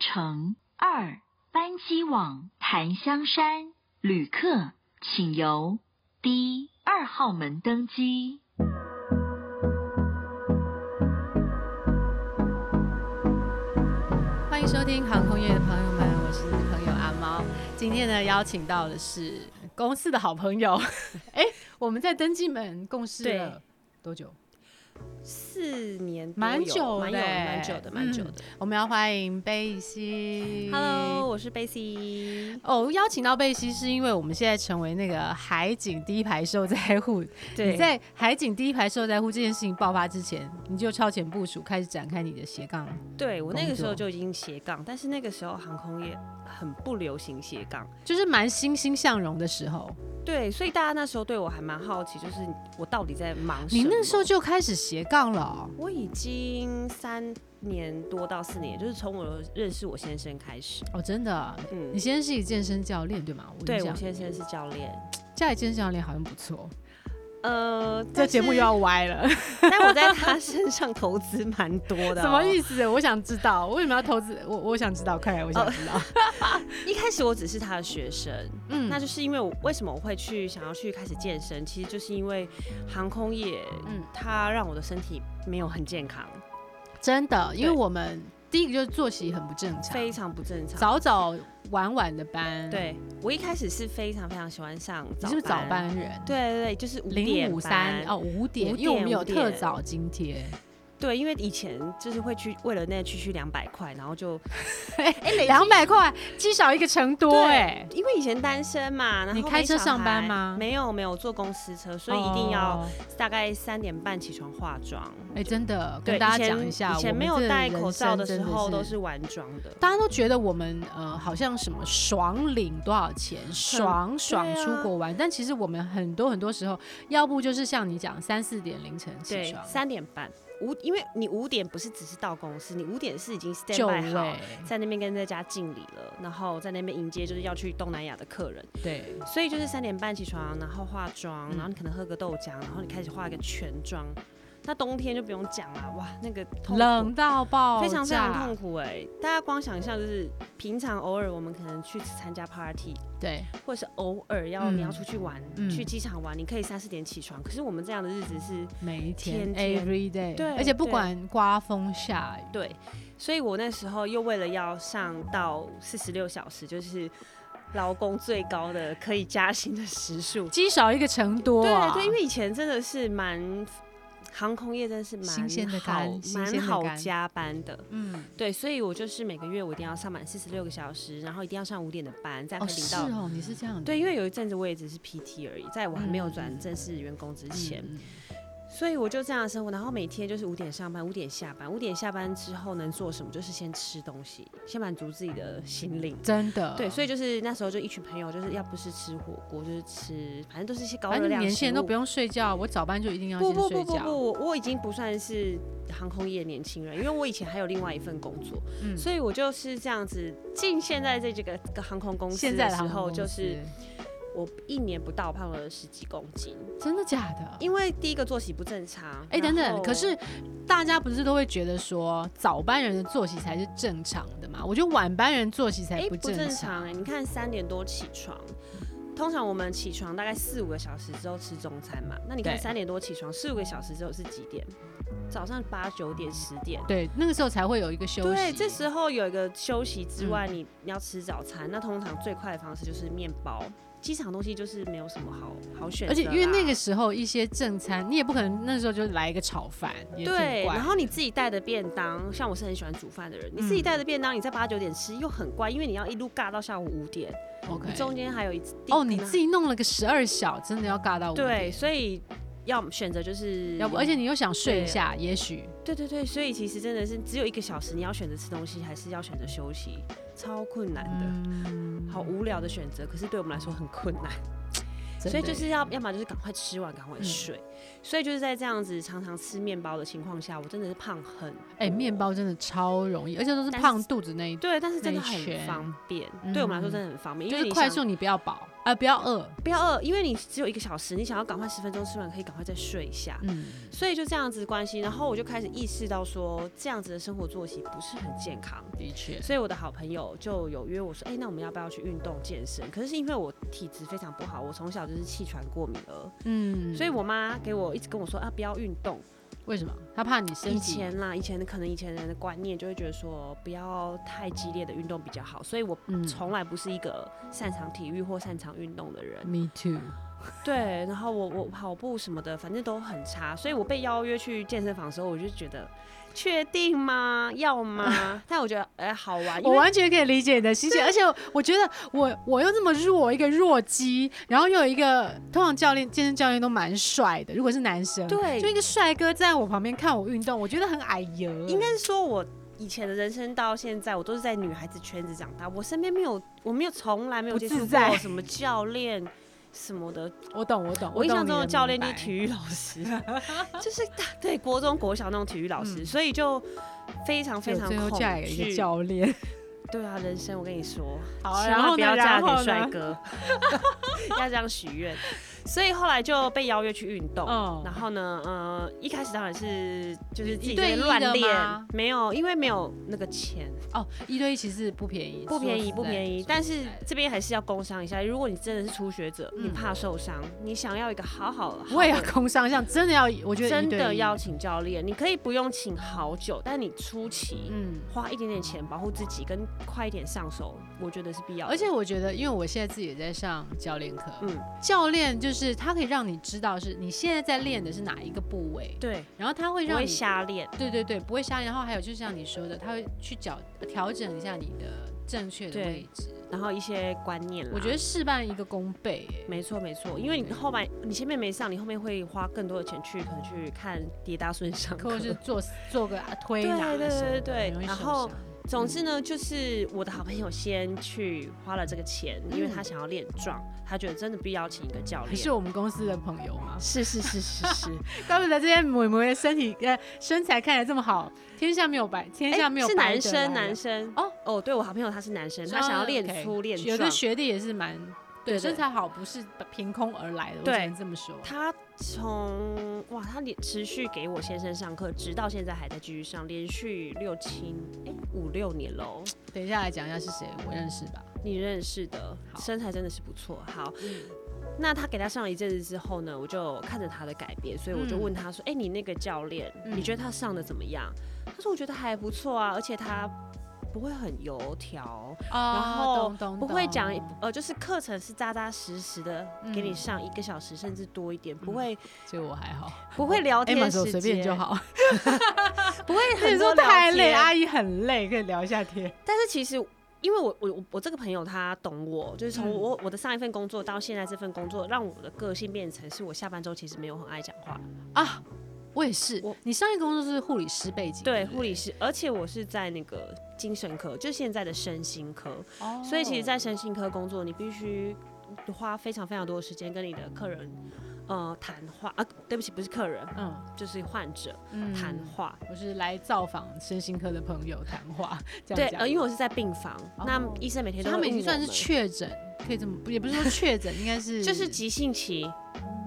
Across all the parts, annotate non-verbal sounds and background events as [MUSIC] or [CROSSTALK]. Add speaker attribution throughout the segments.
Speaker 1: 乘二班机往檀香山，旅客请由 D 二号门登机。
Speaker 2: 欢迎收听航空业的朋友们，我是朋友阿猫。今天呢，邀请到的是公司的好朋友。 [LAUGHS] 哎，我们在登记门共事了多久？
Speaker 3: 四年多
Speaker 2: 蛮
Speaker 3: 有
Speaker 2: 久
Speaker 3: 蛮
Speaker 2: 的
Speaker 3: 有
Speaker 2: 欸
Speaker 3: 蛮久的，蛮久的。
Speaker 2: 我们要欢迎贝西。
Speaker 3: Hello，我是 Bacy。
Speaker 2: 哦，邀请到贝西是因为我们现在成为那个海景第一排受灾户。
Speaker 3: 对
Speaker 2: 你在海景第一排受灾户这件事情爆发之前，你就超前部署，开始展开你的斜杠。
Speaker 3: 对我那
Speaker 2: 工
Speaker 3: 个时
Speaker 2: 作
Speaker 3: 候就已经斜杠，但是那个时候航空业很不流行斜杠，
Speaker 2: 就是蛮欣欣向荣的时候，
Speaker 3: 对，所以大家那时候对我还蛮好奇，就是我到底在忙什么？
Speaker 2: 你那时候就开始斜杠了哦、
Speaker 3: 我已经三年多到四年，就是从我认识我先生开始。
Speaker 2: 哦，真的啊，
Speaker 3: 嗯
Speaker 2: 你，先是一个健身教练对吗？我
Speaker 3: 对
Speaker 2: 印象
Speaker 3: 我先生是教练，
Speaker 2: 家里健身教练好像不错。
Speaker 3: 呃，
Speaker 2: 这节目又要歪了，
Speaker 3: [LAUGHS] 但是，但我在他身上投资蛮多的、哦
Speaker 2: [LAUGHS] 什么
Speaker 3: 思？
Speaker 2: 意思？我想知道为什么要投资？我我想知道，快来，我
Speaker 3: 哦
Speaker 2: 想知
Speaker 3: [LAUGHS]
Speaker 2: 道。
Speaker 3: 一开始我只是他的学生，
Speaker 2: 嗯
Speaker 3: 那就是因为我为什么我会去想要去开始健身，其实就是因为航空业，
Speaker 2: 嗯
Speaker 3: 它让我的身体没有很健康，
Speaker 2: 真的，因为
Speaker 3: 对
Speaker 2: 我们第一个就是作息很不正常，
Speaker 3: 非常不正常。
Speaker 2: 啊早早晚晚的班。，
Speaker 3: 对我一开始是非常非常喜欢上
Speaker 2: 你
Speaker 3: 早
Speaker 2: 是不是早？班人？
Speaker 3: 对对对，就是五
Speaker 2: 零
Speaker 3: 点
Speaker 2: 五三
Speaker 3: 班
Speaker 2: 哦，五点，
Speaker 3: 5
Speaker 2: 因为我们有
Speaker 3: 点5
Speaker 2: 特
Speaker 3: 点
Speaker 2: 早津贴，
Speaker 3: 对，因为以前就是会去为了那区区两百块，然后就哎
Speaker 2: 两百块，积少一个成多哎。
Speaker 3: 因为以前单身嘛，然后
Speaker 2: 你开车
Speaker 3: 没小
Speaker 2: 上班
Speaker 3: 孩
Speaker 2: 吗
Speaker 3: 没有没有，坐公司车，所以一定要
Speaker 2: 哦
Speaker 3: 大概三点半起床化妆。
Speaker 2: 哎，真的跟
Speaker 3: 对，以
Speaker 2: 大家
Speaker 3: 前
Speaker 2: 讲一下，
Speaker 3: 以前
Speaker 2: 我
Speaker 3: 没
Speaker 2: 们
Speaker 3: 有
Speaker 2: 这
Speaker 3: 戴
Speaker 2: 人
Speaker 3: 口罩
Speaker 2: 生
Speaker 3: 的
Speaker 2: 真
Speaker 3: 时候都
Speaker 2: 是
Speaker 3: 是完妆的。
Speaker 2: 大家都觉得我们呃好像什么爽领多少钱，爽爽
Speaker 3: 对啊
Speaker 2: 出国玩，但其实我们很多很多时候，要不就是像你讲三四点凌晨起
Speaker 3: 对
Speaker 2: 床，，
Speaker 3: 三点半五，因为你五点不是只是到公司，你五点是已经
Speaker 2: 就
Speaker 3: stand by 好
Speaker 2: 位，，
Speaker 3: 在那边跟在家敬礼了，然后在那边迎接就是要去东南亚的客人，
Speaker 2: 对，
Speaker 3: 所以就是三点半起床，然后化妆，
Speaker 2: 嗯
Speaker 3: 然后你可能喝个豆浆，然后你开始化一个全妆。那冬天就不用讲了，哇，那个痛苦
Speaker 2: 冷到爆炸，
Speaker 3: 非常非常痛苦哎、大家光想象就是平常偶尔我们可能去参加 party，
Speaker 2: 对，
Speaker 3: 或者是偶尔要、你要
Speaker 2: 嗯
Speaker 3: 出去玩，
Speaker 2: 嗯
Speaker 3: 去机场玩，你可以三四点起床，可是我们这样的日子是
Speaker 2: 每一天
Speaker 3: 天天
Speaker 2: every day，
Speaker 3: 对
Speaker 2: 而且不
Speaker 3: 对
Speaker 2: 管刮风下雨，
Speaker 3: 对，所以我那时候又为了要上到四十六小时，就是劳工最高的可以加薪的时数。
Speaker 2: 积少一个成多啊，
Speaker 3: 对对，因为以前真的是蛮航空业，真的是蛮
Speaker 2: 新鲜的
Speaker 3: 好
Speaker 2: 干新鲜
Speaker 3: 蛮
Speaker 2: 的
Speaker 3: 好
Speaker 2: 干
Speaker 3: 加班的。
Speaker 2: 嗯，
Speaker 3: 对，所以我就是每个月我一定要上满四十六个小时，然后一定要上五点的班，再可
Speaker 2: 哦
Speaker 3: 以领
Speaker 2: 是
Speaker 3: 到。
Speaker 2: 哦，你是这样的，
Speaker 3: 对，因为有一阵子我也只是 PT 而已，在我还没有
Speaker 2: 嗯
Speaker 3: 转正式员工之
Speaker 2: 嗯
Speaker 3: 前，
Speaker 2: 嗯
Speaker 3: 所以我就这样的生活，然后每天就是五点上班，五点下班，五点下班之后能做什么？就是先吃东西，先满足自己的心灵。
Speaker 2: 真的
Speaker 3: 对，所以就是那时候就一群朋友，就是要不是吃火锅，就是吃，反正都是一些高
Speaker 2: 反
Speaker 3: 热
Speaker 2: 正你
Speaker 3: 量
Speaker 2: 年
Speaker 3: 食
Speaker 2: 限都
Speaker 3: 物
Speaker 2: 不用睡觉，我早班就一定要
Speaker 3: 不
Speaker 2: 先
Speaker 3: 不
Speaker 2: 睡
Speaker 3: 不不不，
Speaker 2: 觉，
Speaker 3: 我我已经不算是航空业年轻人，因为我以前还有另外一份工作，
Speaker 2: 嗯
Speaker 3: 所以我就是这样子进现在这几个这个航空公司
Speaker 2: 现在
Speaker 3: 的
Speaker 2: 的
Speaker 3: 时
Speaker 2: 航空
Speaker 3: 候，
Speaker 2: 公
Speaker 3: 就是
Speaker 2: 司
Speaker 3: 我一年不到胖了十几公斤，
Speaker 2: 真的假的？
Speaker 3: 因为第一个作息不正常，
Speaker 2: 哎、等
Speaker 3: 然
Speaker 2: 等，
Speaker 3: 后
Speaker 2: 可是大家不是都会觉得说早班人的作息才是正常的嘛？我觉得晚班人作息才
Speaker 3: 哎，
Speaker 2: 不
Speaker 3: 不
Speaker 2: 正
Speaker 3: 正
Speaker 2: 常。啊
Speaker 3: 常哎、你看三点多起床，通常我们起床大概四五个小时之后吃中餐嘛。那你看
Speaker 2: 对
Speaker 3: 三点多起床，四五个小时之后是几点？早上八九点十点。
Speaker 2: 对，那个时候才会有一个休息。
Speaker 3: 对，这时候有一个休息之
Speaker 2: 嗯
Speaker 3: 外，你你要吃早餐，那通常最快的方式就是面包。机场东西就是没有什么好好选择
Speaker 2: 而
Speaker 3: 啦，
Speaker 2: 且因为那个时候一些正餐，你也不可能那时候就来一个炒饭，也挺
Speaker 3: 对，
Speaker 2: 怪
Speaker 3: 然后你自己带的便当，像我是很喜欢煮饭的人，你
Speaker 2: 嗯
Speaker 3: 自己带的便当，你在八九点吃又很怪，因为你要一路尬到下午五点，
Speaker 2: OK
Speaker 3: 你中间还有一次
Speaker 2: 哦，你
Speaker 3: 可能
Speaker 2: 自己弄了个十二小，真的要尬到五
Speaker 3: 对，
Speaker 2: 点，
Speaker 3: 所以要选择就是
Speaker 2: 要不而且你又想睡一
Speaker 3: 对
Speaker 2: 下，也许
Speaker 3: 对对对，所以其实真的是只有一个小时，你要选择吃东西还是要选择休息，超困难的，
Speaker 2: 嗯
Speaker 3: 好无聊的选择，可是对我们来说很困难，
Speaker 2: 真
Speaker 3: 所以
Speaker 2: 的嗯
Speaker 3: 就是要要么就是赶快吃完，赶快睡，所以就是在这样子常常吃面包的情况下，我真的是胖很
Speaker 2: 哎，面包真的超容易，而且都是
Speaker 3: 但是
Speaker 2: 胖肚子那一，
Speaker 3: 对，但是真的
Speaker 2: 内
Speaker 3: 很
Speaker 2: 圈
Speaker 3: 方便，
Speaker 2: 嗯
Speaker 3: 对我们来说真的很方便，因
Speaker 2: 就
Speaker 3: 为
Speaker 2: 是
Speaker 3: 你
Speaker 2: 快
Speaker 3: 想
Speaker 2: 速你不要饱，啊，不要饿，
Speaker 3: 不要饿，因为你只有一个小时，你想要赶快十分钟吃完，可以赶快再睡一下。
Speaker 2: 嗯，
Speaker 3: 所以就这样子关系，然后我就开始意识到说，这样子的生活作息不是很健康。
Speaker 2: 的确，
Speaker 3: 所以我的好朋友就有约我说，哎、那我们要不要去运动健身？可是因为我体质非常不好，我从小就是气喘过敏儿，
Speaker 2: 嗯，
Speaker 3: 所以我妈给我一直跟我说啊，不要运动。
Speaker 2: 为什么他怕你身
Speaker 3: 以
Speaker 2: 体
Speaker 3: 前啦，以前可能以前人的观念就会觉得说，不要太激烈的运动比较好，所以我
Speaker 2: 嗯
Speaker 3: 从来不是一个擅长体育或擅长运动的人。
Speaker 2: ？Me too，
Speaker 3: 啊对，然后我我跑步什么的，反正都很差，所以我被邀约去健身房的时候，我就觉得，确定吗？要吗？ [LAUGHS] 但我觉得，哎、好玩，因
Speaker 2: 我
Speaker 3: 为
Speaker 2: 完全可以理解你的心情，而且我觉得我我又这么弱，一个弱鸡，然后又有一个通常教练健身教练都蛮帅的，如果是男生，
Speaker 3: 对
Speaker 2: 就一个帅哥在我旁边看我运动，我觉得很矮油，
Speaker 3: 应该是说我以前的人生到现在，我都是在女孩子圈子长大，我身边没有，我没有从来没有
Speaker 2: 不
Speaker 3: 接
Speaker 2: 自
Speaker 3: 触
Speaker 2: 在
Speaker 3: 过什么教练什么的，
Speaker 2: 我懂我懂，
Speaker 3: 我印象中的教练就是体
Speaker 2: 体育，
Speaker 3: 育老
Speaker 2: [LAUGHS]
Speaker 3: 师，就是大对国中国小那种体育老师，
Speaker 2: 嗯
Speaker 3: 所以就非常非
Speaker 2: 所以我
Speaker 3: 常
Speaker 2: 最后
Speaker 3: 恐
Speaker 2: 嫁给一个
Speaker 3: 惧。
Speaker 2: 教
Speaker 3: [LAUGHS]
Speaker 2: 练，
Speaker 3: 对啊，人生我跟你说，
Speaker 2: 好，
Speaker 3: 千
Speaker 2: 然
Speaker 3: 万
Speaker 2: 后
Speaker 3: 不
Speaker 2: 呢
Speaker 3: 要嫁
Speaker 2: 然后
Speaker 3: 给
Speaker 2: 呢
Speaker 3: 帅哥， [LAUGHS] 要这样许愿。所以后来就被邀约去运动，
Speaker 2: 嗯
Speaker 3: 然后呢，呃，一开始当然是就是自
Speaker 2: 一
Speaker 3: 己
Speaker 2: 对
Speaker 3: 在
Speaker 2: 一的
Speaker 3: 乱练
Speaker 2: 吗，
Speaker 3: 没有，因为没有那个钱，
Speaker 2: 哦，一对一其实不便宜，
Speaker 3: 不便宜，
Speaker 2: 说
Speaker 3: 不
Speaker 2: 实在
Speaker 3: 便宜
Speaker 2: 说。
Speaker 3: 但
Speaker 2: 实
Speaker 3: 是
Speaker 2: 在
Speaker 3: 这边还是要工商一下，如果你真的是初学者，你
Speaker 2: 嗯
Speaker 3: 怕受伤，你想要一个好好好的，
Speaker 2: 我也要工商项，真的要，我觉得
Speaker 3: 真
Speaker 2: 一对
Speaker 3: 的
Speaker 2: 一
Speaker 3: 要，请教练，你可以不用请好久，但你初期
Speaker 2: 嗯。
Speaker 3: 花一点点钱保护自己，跟快一点上手，我觉得是必要的。
Speaker 2: 而且我觉得，因为我现在自己也在上教练课，
Speaker 3: 嗯，
Speaker 2: 教练就是他可以让你知道是你现在在练的是哪一个部位，
Speaker 3: 对，
Speaker 2: 然后他会
Speaker 3: 不
Speaker 2: 让
Speaker 3: 会
Speaker 2: 你
Speaker 3: 瞎练，
Speaker 2: 对对对不会瞎练，然后还有就像你说的，他会去调调整一下你的正确的
Speaker 3: 对
Speaker 2: 位置。
Speaker 3: 然后一些观念啦。
Speaker 2: 我觉得事半一个功倍、哎
Speaker 3: 没错没错，因为你后面你前面没上，你后面会花更多的钱去可能去看跌打损伤
Speaker 2: 可
Speaker 3: 课
Speaker 2: 我。是嗯做做个啊推
Speaker 3: 对
Speaker 2: 拿
Speaker 3: 对
Speaker 2: 什么
Speaker 3: 对
Speaker 2: 的
Speaker 3: 对
Speaker 2: 很容易
Speaker 3: 然
Speaker 2: 受
Speaker 3: 后
Speaker 2: 伤
Speaker 3: 总之呢，就是我的好朋友先去花了这个钱，因为他想要练壮，他觉得真的必要请一个教
Speaker 2: 还
Speaker 3: 练。
Speaker 2: 嗯是我们公司的朋友吗？
Speaker 3: 是是是是是，
Speaker 2: 怪不得这些妹妹的身体呃身材看起来这么好，天下没有白天下没有
Speaker 3: 哎是
Speaker 2: 白
Speaker 3: 男
Speaker 2: 的来了、
Speaker 3: 生男生
Speaker 2: 哦
Speaker 3: 哦，对我好朋友他是男生，他想要练粗练
Speaker 2: 啊有的
Speaker 3: 壮。
Speaker 2: 学弟也是蛮对
Speaker 3: 对对
Speaker 2: 身材好，不是凭空而来的，我只
Speaker 3: 对
Speaker 2: 能这么说。
Speaker 3: 他从哇，他连持续给我先生上课，直到现在还在继续上，连续六七哎五六年喽。
Speaker 2: 等一下来讲一下是谁，我认识吧。
Speaker 3: 你认识的
Speaker 2: 好嗯
Speaker 3: 身材真的是不错。好，那他给他上了一阵子之后呢，我就看着他的改变，所以我就
Speaker 2: 嗯
Speaker 3: 问他说：“哎、你那个教练，
Speaker 2: 嗯
Speaker 3: 你觉得他上的怎么样？”他说：“我觉得还不错啊，而且他不会很油条，然后
Speaker 2: 哦懂懂
Speaker 3: 哦不会
Speaker 2: 懂
Speaker 3: 讲，呃，就是课程是扎扎实实的给你
Speaker 2: 嗯
Speaker 3: 上一个小时甚至多一点，不会
Speaker 2: 所以我还好。
Speaker 3: 不会聊
Speaker 2: 嗯哎，
Speaker 3: 天
Speaker 2: 满
Speaker 3: 时
Speaker 2: 手
Speaker 3: 间，
Speaker 2: 随便就，好。
Speaker 3: 不会
Speaker 2: [LAUGHS] 你
Speaker 3: 很多
Speaker 2: 说
Speaker 3: 聊
Speaker 2: 太累，
Speaker 3: 天
Speaker 2: 阿姨很累，可以聊一下天。
Speaker 3: 但是其实。因为我我我我这个朋友他懂我，就是从
Speaker 2: 嗯
Speaker 3: 我我的上一份工作到现在这份工作，让我的个性变成是我下班之后其实没有很爱讲话，
Speaker 2: 啊，我也是
Speaker 3: 我。
Speaker 2: 你上一个工作是护理师背景，
Speaker 3: 对
Speaker 2: 不
Speaker 3: 护理，师，而且我是在那个精神科，就现在的身心科，
Speaker 2: 哦
Speaker 3: 所以其实，在身心科工作，你必须花非常非常多的时间跟你的客人呃谈话啊，对不起，不是客人，
Speaker 2: 嗯
Speaker 3: 就是患者
Speaker 2: 嗯
Speaker 3: 谈话，
Speaker 2: 我是来造访身心科的朋友谈话，这
Speaker 3: 对
Speaker 2: 样，讲。
Speaker 3: 呃，因为我是在病房，那
Speaker 2: 哦
Speaker 3: 医生每天都
Speaker 2: 他
Speaker 3: 会
Speaker 2: 们已经
Speaker 3: 问
Speaker 2: 算
Speaker 3: 我
Speaker 2: 是
Speaker 3: 们
Speaker 2: 确诊，可以这么，也不是说确诊，应该是
Speaker 3: [LAUGHS] 就是急性期，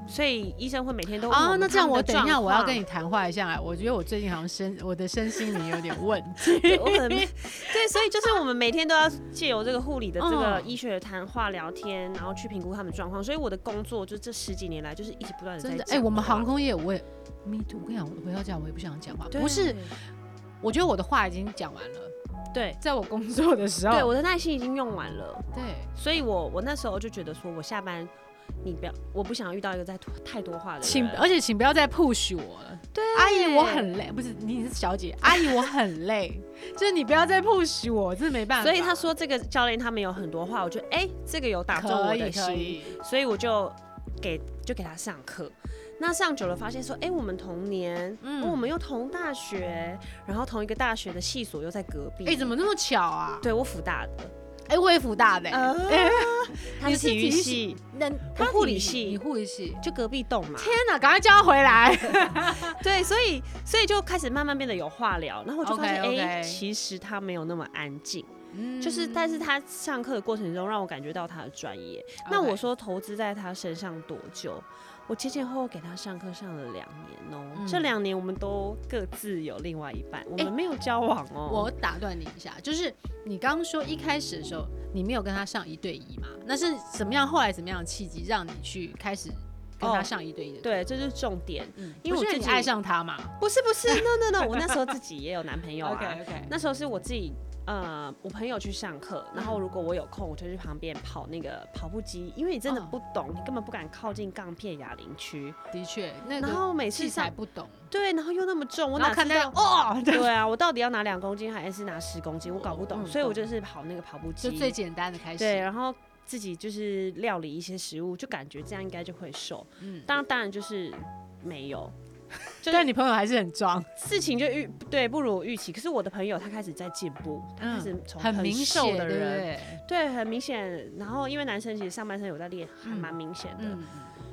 Speaker 3: 所以医生会每天都问
Speaker 2: 啊，
Speaker 3: 们
Speaker 2: 那这样
Speaker 3: 他们
Speaker 2: 我
Speaker 3: 的
Speaker 2: 等一下
Speaker 3: 状
Speaker 2: 我要
Speaker 3: 况
Speaker 2: 跟你谈话一下，我觉得我最近好像身我的身心灵有点
Speaker 3: [LAUGHS]
Speaker 2: 问题。 [LAUGHS]
Speaker 3: 对我很对，所以就是我们每天都要借由这个护理的这个
Speaker 2: 嗯
Speaker 3: 医学的谈话聊天，然后去评估他们状况。所以我的工作就这十几年来就是一直不断的在
Speaker 2: 真的，哎、
Speaker 3: 讲
Speaker 2: 我们
Speaker 3: 话
Speaker 2: 航空业我也，me too。我跟你讲，我回到家我也不想讲话，
Speaker 3: 对
Speaker 2: 不是，我觉得我的话已经讲完了，
Speaker 3: 对
Speaker 2: 在我工作的时候，
Speaker 3: 对，我的耐心已经用完了，
Speaker 2: 对
Speaker 3: 所以我我那时候就觉得说我下班。你不要，我不想遇到一个在太多话的人。
Speaker 2: 请而且请不要再 push 我了，
Speaker 3: 对
Speaker 2: 阿姨我很累，不是你是小姐，阿姨我很累，就是你不要再 push 我，这没办法。
Speaker 3: 所以他说这个教练他们有很多话，我觉得哎、这个有打中我
Speaker 2: 可以
Speaker 3: 的
Speaker 2: 可
Speaker 3: 心，
Speaker 2: 以，
Speaker 3: 所以我就给就给他上课。那上久了发现说，哎、我们同年，
Speaker 2: 嗯
Speaker 3: 嗯，我们又同大学，然后同一个大学的系所又在隔壁。
Speaker 2: 哎、怎么那么巧啊？
Speaker 3: 对我辅大的，
Speaker 2: 哎、我也福大的、欸，
Speaker 3: 呃， [LAUGHS] 他
Speaker 2: 你
Speaker 3: 是
Speaker 2: 是
Speaker 3: 体育
Speaker 2: 体育
Speaker 3: 系，
Speaker 2: 那、
Speaker 3: 我护理系
Speaker 2: 你护理系，
Speaker 3: 就隔壁栋嘛。
Speaker 2: 天哪，赶快叫他回来。
Speaker 3: 对，所以所以就开始慢慢变得有话聊，然后我就发现，哎
Speaker 2: OK，OK
Speaker 3: 其实他没有那么安静。
Speaker 2: 嗯
Speaker 3: [LAUGHS] 就是，但是他上课的过程中让我感觉到他的专业。那我说投资在他身上多久？我前前后后给他上课上了两年哦、
Speaker 2: 嗯
Speaker 3: 这两年我们都各自有另外一半，我
Speaker 2: 哎
Speaker 3: 们没有交往哦、
Speaker 2: 我打断你一下，就是你刚刚说一开始的时候，你没有跟他上一对一嘛？那是怎么样？后来怎么样的契机让你去开始跟他
Speaker 3: 哦
Speaker 2: 上一对一的？，
Speaker 3: 对，这就是重点。
Speaker 2: 嗯，
Speaker 3: 因为
Speaker 2: 不
Speaker 3: 我
Speaker 2: 是
Speaker 3: 自
Speaker 2: 你
Speaker 3: 己
Speaker 2: 爱上他嘛。
Speaker 3: 不是不是，no [LAUGHS] no no，我那时候自己也有男朋友啊。
Speaker 2: OK，
Speaker 3: 那时候是我自己，呃，我朋友去上课，然后如果我有空，我就去旁边跑那个跑步机，因为你真的
Speaker 2: 嗯
Speaker 3: 不懂，你根本不敢靠近杠片哑铃区。
Speaker 2: 的确，那
Speaker 3: 然
Speaker 2: 个
Speaker 3: 后每次
Speaker 2: 器材
Speaker 3: 上
Speaker 2: 不懂，
Speaker 3: 对，然后又那么重，我
Speaker 2: 然
Speaker 3: 哪
Speaker 2: 后看
Speaker 3: 知
Speaker 2: 到
Speaker 3: 道？
Speaker 2: [LAUGHS] 哦，
Speaker 3: 对啊，我到底要拿两公斤还是拿十公斤？我搞不懂，
Speaker 2: 嗯
Speaker 3: 所以我
Speaker 2: 懂
Speaker 3: 就是跑那个跑步机，
Speaker 2: 就最简单的开始。
Speaker 3: 对，，然后自己就是料理一些食物，就感觉这样应该就会瘦。
Speaker 2: 嗯，
Speaker 3: 当当然就是没有，就是
Speaker 2: 但你朋友还是很装，
Speaker 3: 事情就预对不如预期。可是我的朋友他开始在进步，他开始从
Speaker 2: 嗯很明
Speaker 3: 瘦
Speaker 2: 显
Speaker 3: 的
Speaker 2: 对不
Speaker 3: 人，
Speaker 2: 对
Speaker 3: 对，很明显。然后因为男生其实上半身有在练，还
Speaker 2: 嗯
Speaker 3: 蛮明显的，
Speaker 2: 嗯，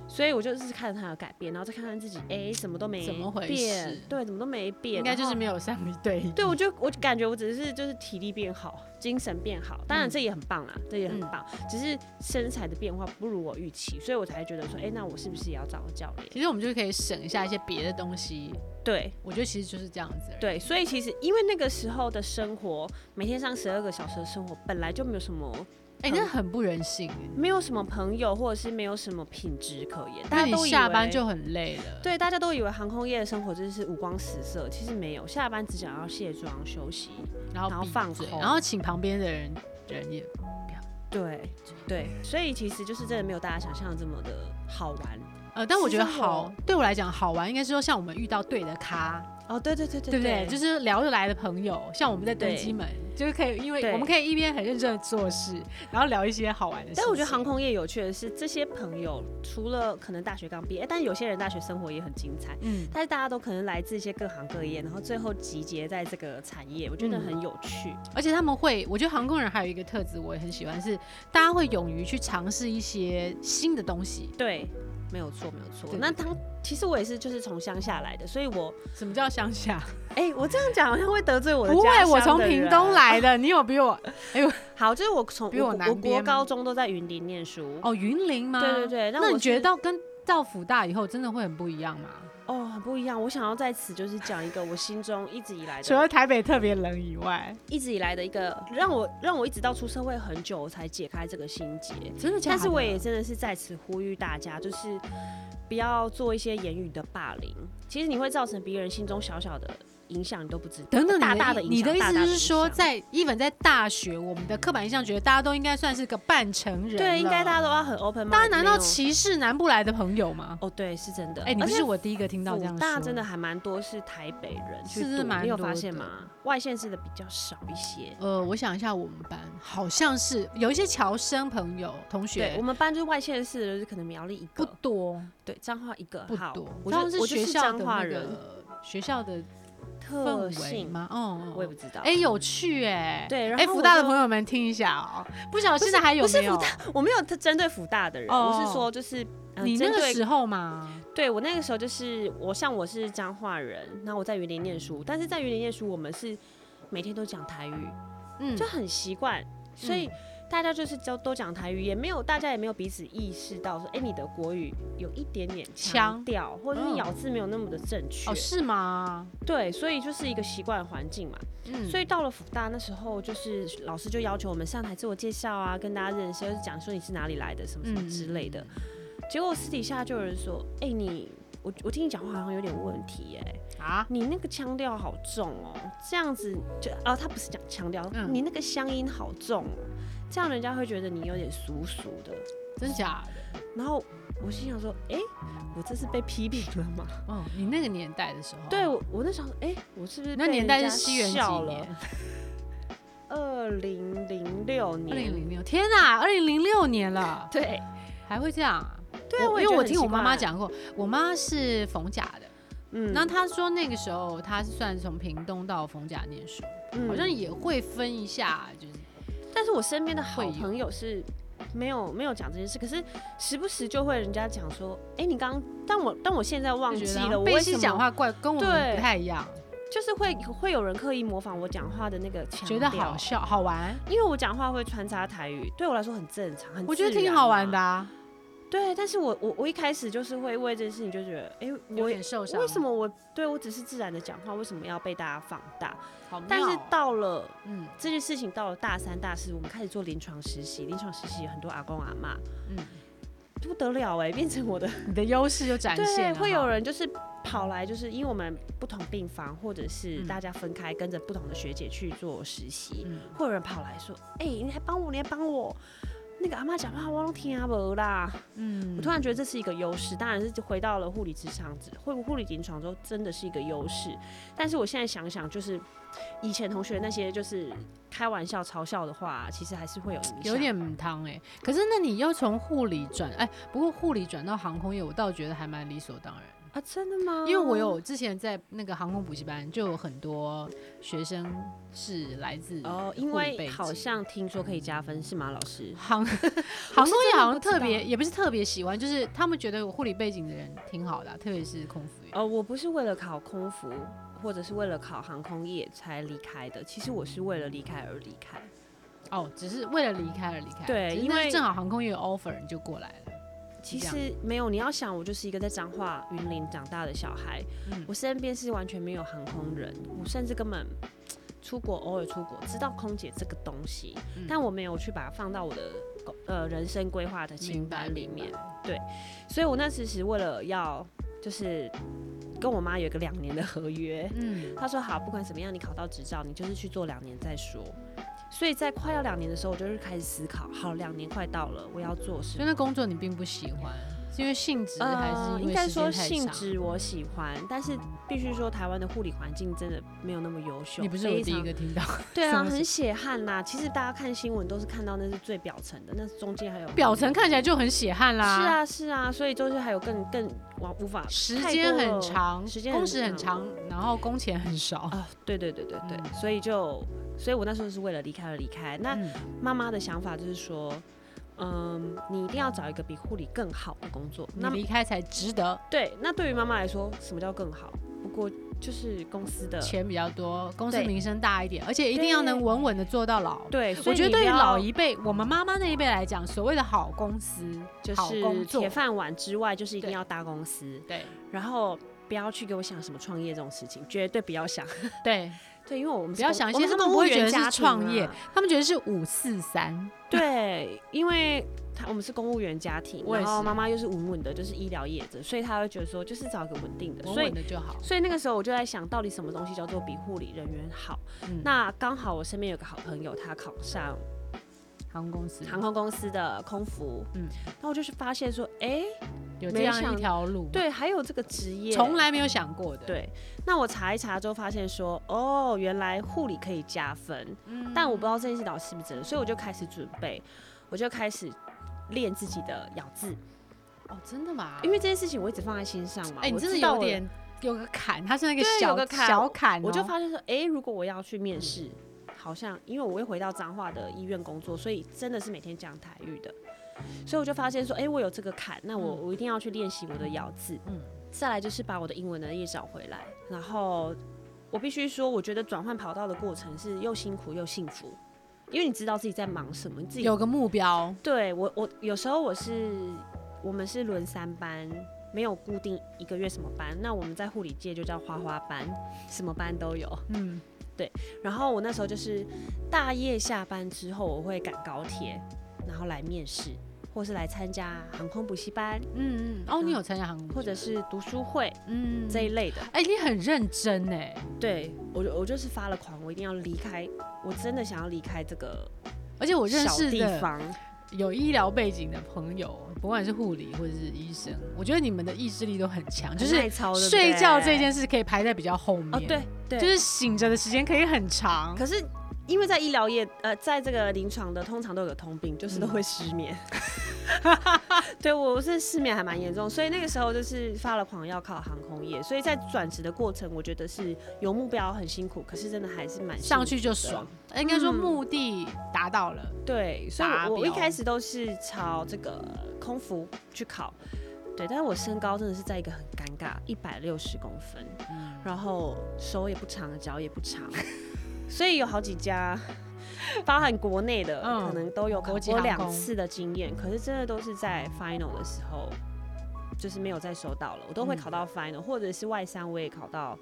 Speaker 3: 所以我就是看他的改变，然后再看看自己，哎、什么都没
Speaker 2: 怎么回
Speaker 3: 变
Speaker 2: 事
Speaker 3: 对，怎么都没变，
Speaker 2: 应该
Speaker 3: 然
Speaker 2: 就是
Speaker 3: 后
Speaker 2: 没有上一对一。
Speaker 3: 对，我就我感觉我只是就是体力变好，精神变好，当然
Speaker 2: 嗯
Speaker 3: 这也很棒啦，这也很
Speaker 2: 嗯
Speaker 3: 棒，只是身材的变化不如我预期，所以我才觉得说，哎、那我是不是也要找个教练？
Speaker 2: 其实我们就可以省一下一些别的东西，
Speaker 3: 对，
Speaker 2: 我觉得其实就是这样子。，
Speaker 3: 对，所以其实因为那个时候的生活，每天上十二个小时的生活，本来就没有什么，
Speaker 2: 哎，那很不人性。欸
Speaker 3: 没有什么朋友，或者是没有什么品质可言。
Speaker 2: 那
Speaker 3: 大
Speaker 2: 你
Speaker 3: 家都以
Speaker 2: 下班
Speaker 3: 为
Speaker 2: 就很累了。
Speaker 3: 对，大家都以为航空业的生活真是五光十色，其实没有，下班只想要卸妆休息。
Speaker 2: 然后
Speaker 3: 然后
Speaker 2: 闭
Speaker 3: 放
Speaker 2: 嘴
Speaker 3: 空
Speaker 2: 然后请旁边的人人也
Speaker 3: 对对，所以其实就是真的没有大家想象的这么的好玩。
Speaker 2: 呃，但我觉得
Speaker 3: 是
Speaker 2: 好
Speaker 3: 哦
Speaker 2: 对我来讲好玩，应该是说像我们遇到对的咖，
Speaker 3: 哦，对对对对
Speaker 2: 对不对？就是聊得来的朋友，像我们在登
Speaker 3: 对
Speaker 2: 机门，就是可以，因为
Speaker 3: 对
Speaker 2: 我们可以一边很认真的做事，然后聊一些好玩的事情。
Speaker 3: 但我觉得航空业有趣的是，这些朋友除了可能大学刚毕业，但有些人大学生活也很精彩。
Speaker 2: 嗯，
Speaker 3: 但是大家都可能来自一些各行各业，然后最后集结在这个产业，我觉得
Speaker 2: 嗯
Speaker 3: 很有趣。
Speaker 2: 而且他们会，我觉得航空人还有一个特质我也很喜欢，是大家会勇于去尝试一些新的东西。
Speaker 3: 对，没有错，没有错
Speaker 2: 对。
Speaker 3: 那当其实我也是就是从乡下来的，所以我
Speaker 2: 什么叫乡下？
Speaker 3: 哎、我这样讲好像会得罪我的
Speaker 2: 不
Speaker 3: 家
Speaker 2: 会，
Speaker 3: 乡
Speaker 2: 我从
Speaker 3: 的人啊
Speaker 2: 屏东。来的，你有比我哦
Speaker 3: 好，就是我从
Speaker 2: 比我
Speaker 3: 我
Speaker 2: 南
Speaker 3: 我国
Speaker 2: 边吗
Speaker 3: 高中都在云林念书。
Speaker 2: 哦，云林吗？
Speaker 3: 对对对，
Speaker 2: 那你
Speaker 3: 我
Speaker 2: 觉得
Speaker 3: 得
Speaker 2: 到跟到福大以后真的会很不一样吗？
Speaker 3: 哦很不一样？我想要在此就是讲一个我心中一直以来
Speaker 2: 除了
Speaker 3: 的，
Speaker 2: 台北特别冷以外，
Speaker 3: 一直以来的一个让我让我一直到出社会很久我才解开这个心结。
Speaker 2: 真的假的？
Speaker 3: 但是我也真的是在此呼吁大家，就是不要做一些言语的霸凌。其实你会造成别人心中小小的影响，你都不知道。
Speaker 2: 等等，
Speaker 3: 大
Speaker 2: 你
Speaker 3: 大的
Speaker 2: 意
Speaker 3: 影
Speaker 2: 你的
Speaker 3: 响
Speaker 2: 意
Speaker 3: 大
Speaker 2: 思就
Speaker 3: 大的
Speaker 2: 是
Speaker 3: 影
Speaker 2: 说，
Speaker 3: 响
Speaker 2: 在 even 在大学，我们的刻板印象觉得大家都应该算是个半成人了，
Speaker 3: 对，应该大家都要很 open mind。
Speaker 2: 大家难道
Speaker 3: 没有
Speaker 2: 歧视南部来的朋友吗？
Speaker 3: 哦，对，是真的。
Speaker 2: 哎、你
Speaker 3: 而
Speaker 2: 不
Speaker 3: 且
Speaker 2: 是我第一个听到这样
Speaker 3: 辅
Speaker 2: 说，
Speaker 3: 大真的。还蛮多是台北人去
Speaker 2: 是
Speaker 3: 读，
Speaker 2: 蛮
Speaker 3: 你有
Speaker 2: 多
Speaker 3: 发现
Speaker 2: 的
Speaker 3: 吗？外县市的比较少一些。
Speaker 2: 呃，我想一下，我们班好像是有一些侨生朋友同
Speaker 3: 对
Speaker 2: 学
Speaker 3: 我们班就是外县市的，就是可能苗栗一
Speaker 2: 不
Speaker 3: 个，
Speaker 2: 多
Speaker 3: 对，彰化一个。
Speaker 2: 不
Speaker 3: 呃好
Speaker 2: 多，
Speaker 3: 我
Speaker 2: 他们
Speaker 3: 就是我就
Speaker 2: 学
Speaker 3: 是
Speaker 2: 校
Speaker 3: 彰
Speaker 2: 的
Speaker 3: 化
Speaker 2: 那
Speaker 3: 人
Speaker 2: 个学校的
Speaker 3: 特
Speaker 2: 氛围
Speaker 3: 性，
Speaker 2: 吗？哦，哦
Speaker 3: 我也不知道。嗯
Speaker 2: 哎、有趣哎、
Speaker 3: 对，然
Speaker 2: 哎、
Speaker 3: 后
Speaker 2: 福
Speaker 3: 我
Speaker 2: 大的
Speaker 3: 就
Speaker 2: 朋友们听一下哦、不晓得
Speaker 3: 不
Speaker 2: 现
Speaker 3: 是
Speaker 2: 在还有
Speaker 3: 不是
Speaker 2: 没有？
Speaker 3: 我没有特针对福大的人，
Speaker 2: 哦
Speaker 3: 我是说就是、呃
Speaker 2: 你那
Speaker 3: 针
Speaker 2: 个
Speaker 3: 对
Speaker 2: 时候嘛，
Speaker 3: 对我那个时候就是我像我是彰化人，那我在云林念书，但是在云林念书我们是每天都讲台语，
Speaker 2: 嗯
Speaker 3: 就很习惯，所以。大家就是都都讲台语，也没有大家也没有彼此意识到说，哎、你的国语有一点点
Speaker 2: 腔
Speaker 3: 腔调，或者是
Speaker 2: 嗯
Speaker 3: 你咬字没有那么的正确、
Speaker 2: 哦是吗？
Speaker 3: 对，所以就是一个习惯环境嘛。
Speaker 2: 嗯
Speaker 3: 所
Speaker 2: 以
Speaker 3: 以到了辅大那时候，就是老师就要求我们上台自我介绍啊，跟大家认识，就是讲说你是哪里来的，什么什
Speaker 2: 嗯
Speaker 3: 么之类的。结果私底下就有人说：“哎、你我我听你讲话好像有点问题、耶，
Speaker 2: 啊，
Speaker 3: 你那个腔调好重哦、这样子就啊，他不是讲腔调，
Speaker 2: 嗯
Speaker 3: 你那个乡音好重哦、这样人家会觉得你有点俗俗的。
Speaker 2: 真假的？”
Speaker 3: 然后我心想说：“哎、我这是被批评了吗？”
Speaker 2: 嗯，你那个年代的时候，
Speaker 3: 对，我我那时候，哎、我是不是
Speaker 2: 哦那
Speaker 3: 被
Speaker 2: 年
Speaker 3: 人
Speaker 2: 代是
Speaker 3: 家
Speaker 2: 西元几
Speaker 3: 笑了
Speaker 2: 年？
Speaker 3: [LAUGHS] 二零零六
Speaker 2: 二零
Speaker 3: 年。
Speaker 2: 零六，天哪，二零零六年了，
Speaker 3: 对
Speaker 2: 还会这样啊？
Speaker 3: 对啊，
Speaker 2: 我
Speaker 3: 也
Speaker 2: 因为
Speaker 3: 觉得
Speaker 2: 我
Speaker 3: 很
Speaker 2: 听
Speaker 3: 奇
Speaker 2: 我妈妈
Speaker 3: 怪，
Speaker 2: 讲过，我妈是逢甲的，
Speaker 3: 嗯
Speaker 2: 然后她说那个时候她是算从屏东到逢甲念书，
Speaker 3: 嗯
Speaker 2: 好像也会分一下，就是
Speaker 3: 但是我身边的好
Speaker 2: 会有
Speaker 3: 朋友是没有没有讲这件事，可是时不时就会人家讲说，哎、你刚，但我但我现在忘
Speaker 2: 就
Speaker 3: 记
Speaker 2: 觉得好
Speaker 3: 了，
Speaker 2: 像
Speaker 3: 我
Speaker 2: 贝
Speaker 3: 为
Speaker 2: 西
Speaker 3: 什
Speaker 2: 讲
Speaker 3: 么？
Speaker 2: 话怪，跟我们
Speaker 3: 对
Speaker 2: 不太一样，
Speaker 3: 就是会会有人刻意模仿我讲话的那个腔
Speaker 2: 觉得
Speaker 3: 调
Speaker 2: 好笑好玩，
Speaker 3: 因为我讲话会穿插台语，对我来说很正常，很
Speaker 2: 我觉得
Speaker 3: 自然
Speaker 2: 挺好玩
Speaker 3: 嘛
Speaker 2: 的。啊，
Speaker 3: 对，但是我我我一开始就是会为这件事情就觉得，哎、
Speaker 2: 有
Speaker 3: 我
Speaker 2: 点受伤。啊
Speaker 3: 为什么我对我只是自然的讲话，为什么要被大家放大？
Speaker 2: 好妙哦？
Speaker 3: 但是到了
Speaker 2: 嗯
Speaker 3: 这件事情到了大三、大四，我们开始做临床实习，临床实习有很多阿公阿妈，
Speaker 2: 嗯，
Speaker 3: 不得了哎、变成我的
Speaker 2: 你的优势就展现
Speaker 3: 对，
Speaker 2: 了哈，
Speaker 3: 会有人就是跑来，就是因为我们不同病房，或者是
Speaker 2: 嗯
Speaker 3: 大家分开跟着不同的学姐去做实习，
Speaker 2: 嗯
Speaker 3: 会有人跑来说，哎、你来帮我，你来帮我。那个阿妈讲话我都听不啦，
Speaker 2: 嗯，
Speaker 3: 我突然觉得这是一个优势，当然是回到了护理职场，会护理临床之后真的是一个优势。但是我现在想想，就是以前同学那些就是开玩笑嘲笑的话，其实还是会有影响。
Speaker 2: 有点母汤哎、可是那你又从护理转哎、不过护理转到航空业，我倒觉得还蛮理所当然。
Speaker 3: 啊，真的吗？
Speaker 2: 因为我有之前在那个航空补习班，就有很多学生是来自
Speaker 3: 哦，因
Speaker 2: 护理背
Speaker 3: 为
Speaker 2: 景
Speaker 3: 好像听说可以加分是吗，老师？
Speaker 2: 航航空业好像特
Speaker 3: 我是真的不知
Speaker 2: 别，
Speaker 3: 道
Speaker 2: 也不是特别喜欢，就是他们觉得我护理背景的人挺好的啊、特别是空服员。
Speaker 3: 哦，我不是为了考空服，或者是为了考航空业才离开的。其实我是为了离开而离开。
Speaker 2: 哦，只是为了离开而离开，
Speaker 3: 对
Speaker 2: 只是
Speaker 3: 因为
Speaker 2: 那正好航空业有 offer 你就过来了，
Speaker 3: 其
Speaker 2: 这
Speaker 3: 实没有，你要想，我就是一个在彰化云林长大的小孩，
Speaker 2: 嗯
Speaker 3: 我身边是完全没有航空人，我甚至根本出国偶尔出国，知道空姐这个东西，
Speaker 2: 嗯
Speaker 3: 但我没有去把它放到我的呃人生规划的清
Speaker 2: 明白
Speaker 3: 单里
Speaker 2: 明白
Speaker 3: 面。所以我那时是为了要就是跟我妈有一个两年的合约，
Speaker 2: 嗯，
Speaker 3: 他说好，不管怎么样，你考到执照，你就是去做两年再说。所以在快要两年的时候，我就是开始思考，好，两年快到了，我要做什
Speaker 2: 所以
Speaker 3: 么？
Speaker 2: 那工作你并不喜欢，是因为性质还是因
Speaker 3: 呃应
Speaker 2: 为
Speaker 3: 该
Speaker 2: 时
Speaker 3: 说
Speaker 2: 间太
Speaker 3: 性
Speaker 2: 长
Speaker 3: 质我喜欢，但是必须说台湾的护理环境真的没有那么优秀。
Speaker 2: 你不是我
Speaker 3: 非
Speaker 2: 第一
Speaker 3: 常
Speaker 2: 个听
Speaker 3: [LAUGHS]
Speaker 2: 到，
Speaker 3: 对
Speaker 2: 什
Speaker 3: 啊，
Speaker 2: 么
Speaker 3: 很血汗呐、其实大家看新闻都是看到那是最表层的，那中间还有
Speaker 2: 表层看起来就很血汗啦。
Speaker 3: 是，啊是啊，所以就是还有更更往无法
Speaker 2: 时
Speaker 3: 太
Speaker 2: 间
Speaker 3: 多了
Speaker 2: 很长，
Speaker 3: 时间
Speaker 2: 工
Speaker 3: 很
Speaker 2: 时很
Speaker 3: 长嗯
Speaker 2: 长，然后工钱很少。
Speaker 3: 啊、对对对对对，
Speaker 2: 嗯
Speaker 3: 所以就所以我那时候是为了离开而离开。那
Speaker 2: 嗯
Speaker 3: 妈妈的想法就是说，嗯，你一定要找一个比护理更好的工作。
Speaker 2: 你
Speaker 3: 那
Speaker 2: 离开才值得，
Speaker 3: 对，那对于妈妈来说，什么叫更好？不过就是公司的
Speaker 2: 钱比较多，公司
Speaker 3: 呃对
Speaker 2: 名声大一点，而且一定要能
Speaker 3: 对
Speaker 2: 稳稳的做到老。
Speaker 3: 对，所
Speaker 2: 我
Speaker 3: 以
Speaker 2: 觉得
Speaker 3: 你
Speaker 2: 对于
Speaker 3: 不要
Speaker 2: 老一辈，我们妈妈那一辈来讲，所谓的好公司、
Speaker 3: 就
Speaker 2: 好工
Speaker 3: 是
Speaker 2: 作
Speaker 3: 铁，饭碗之外，就是一定
Speaker 2: 对
Speaker 3: 要大公司，
Speaker 2: 对
Speaker 3: 然后。不要去给我想什么创业这种事情，绝对不要想。
Speaker 2: 对，
Speaker 3: [LAUGHS] 对，因为我们
Speaker 2: 不要想一些
Speaker 3: 是
Speaker 2: 他
Speaker 3: 公
Speaker 2: 们
Speaker 3: 我
Speaker 2: 不
Speaker 3: 公务
Speaker 2: 会觉
Speaker 3: 员
Speaker 2: 得是
Speaker 3: 家庭
Speaker 2: 创业
Speaker 3: 啊，
Speaker 2: 他们觉得是五四三，
Speaker 3: 对，因为他我们是公务员家庭，
Speaker 2: 我也
Speaker 3: 然后
Speaker 2: 是
Speaker 3: 妈妈又是稳稳的，就是医疗业者，所以他会觉得说，就是找一个稳定的。
Speaker 2: 稳
Speaker 3: 所
Speaker 2: 稳
Speaker 3: 以，嗯
Speaker 2: 的就好。
Speaker 3: 所以那个时候我就在想，到底什么东西叫做比护理人员好？
Speaker 2: 嗯
Speaker 3: 那刚好我身边有个好朋友，他考上
Speaker 2: 航空公司
Speaker 3: 航空公司的空服，
Speaker 2: 嗯
Speaker 3: 嗯，那我就是发现说，哎、
Speaker 2: 有这
Speaker 3: 没
Speaker 2: 样一
Speaker 3: 想
Speaker 2: 条路，，
Speaker 3: 对，还有这个职业，
Speaker 2: 从来没有想过的。，
Speaker 3: 对。那我查一查之后发现说，哦，原来护理可以加分，
Speaker 2: 嗯
Speaker 3: 但我不知道这件事到底是不是真的，所以我就开始准备，我就开始练自己的咬字。
Speaker 2: 哦，真的吗？
Speaker 3: 因为这件事情我一直放在心上嘛。
Speaker 2: 哎、你
Speaker 3: 我
Speaker 2: 真的
Speaker 3: 知道
Speaker 2: 有
Speaker 3: 我，
Speaker 2: 点有个坎，它是那个
Speaker 3: 对
Speaker 2: 小
Speaker 3: 有个坎
Speaker 2: 小坎哦、
Speaker 3: 我就发现说，哎、如果我要去面试，好像因为我会回到彰化的医院工作，所以真的是每天讲台语的，所以我就发现说，哎、我有这个坎，那我、
Speaker 2: 嗯
Speaker 3: 我一定要去练习我的咬字，
Speaker 2: 嗯
Speaker 3: 嗯，再来就是把我的英文能力找回来，然后我必须说，我觉得转换跑道的过程是又辛苦又幸福，因为你知道自己在忙什么，你自己
Speaker 2: 有个目标，
Speaker 3: 对我，我有时候我是我们是轮三班，没有固定一个月什么班。那我们在护理界就叫花花班，什么班都有。
Speaker 2: 嗯，
Speaker 3: 然后我那时候就是大夜下班之后，我会赶高铁，然后来面试，或是来参加航空补习班，
Speaker 2: 嗯嗯，哦，你有参加航空，
Speaker 3: 啊或者是读书会
Speaker 2: 嗯
Speaker 3: 这一类的。
Speaker 2: 哎、你很认真哎，
Speaker 3: 对我就，我就是发了狂，我一定要离开，我真的想要离开这个
Speaker 2: 而且我认
Speaker 3: 小
Speaker 2: 识
Speaker 3: 地
Speaker 2: 的
Speaker 3: 方。
Speaker 2: 有医疗背景的朋友，不管是护理或者是医生，我觉得你们的意志力都很强，就
Speaker 3: 很耐
Speaker 2: 是
Speaker 3: 操对不
Speaker 2: 睡觉这
Speaker 3: 对
Speaker 2: 件事可以排在比较后面，
Speaker 3: 哦，对，对，
Speaker 2: 就是醒着的时间可以很长，
Speaker 3: 可是因为在医疗业，呃，在这个临床的通常都有个通病，就是
Speaker 2: 嗯
Speaker 3: 都会失
Speaker 2: [LAUGHS]
Speaker 3: 眠。 [LAUGHS] 对我是失眠还蛮严重，所以那个时候就是发了狂要考航空业，所以在转职的过程，我觉得是有目标很辛苦，可是真的还是蛮辛苦
Speaker 2: 上去就
Speaker 3: 的
Speaker 2: 爽。，哎应该说
Speaker 3: 嗯
Speaker 2: 目的达到了，
Speaker 3: 对，所以
Speaker 2: 达
Speaker 3: 我我一
Speaker 2: 标
Speaker 3: 开始都是朝这个空服去考。对，但是我身高真的是在一个很尴尬，一百六十公分，
Speaker 2: 嗯
Speaker 3: 然后手也不长，脚也不长，所以有好几家，包含国内的，
Speaker 2: 嗯
Speaker 3: 可能都有考
Speaker 2: 国际
Speaker 3: 过
Speaker 2: 航
Speaker 3: 两
Speaker 2: 空
Speaker 3: 次的经验，可是真的都是在 final 的时候，就是没有再收到了。我都会
Speaker 2: 嗯
Speaker 3: 考到 final，、或者是外三我也考到，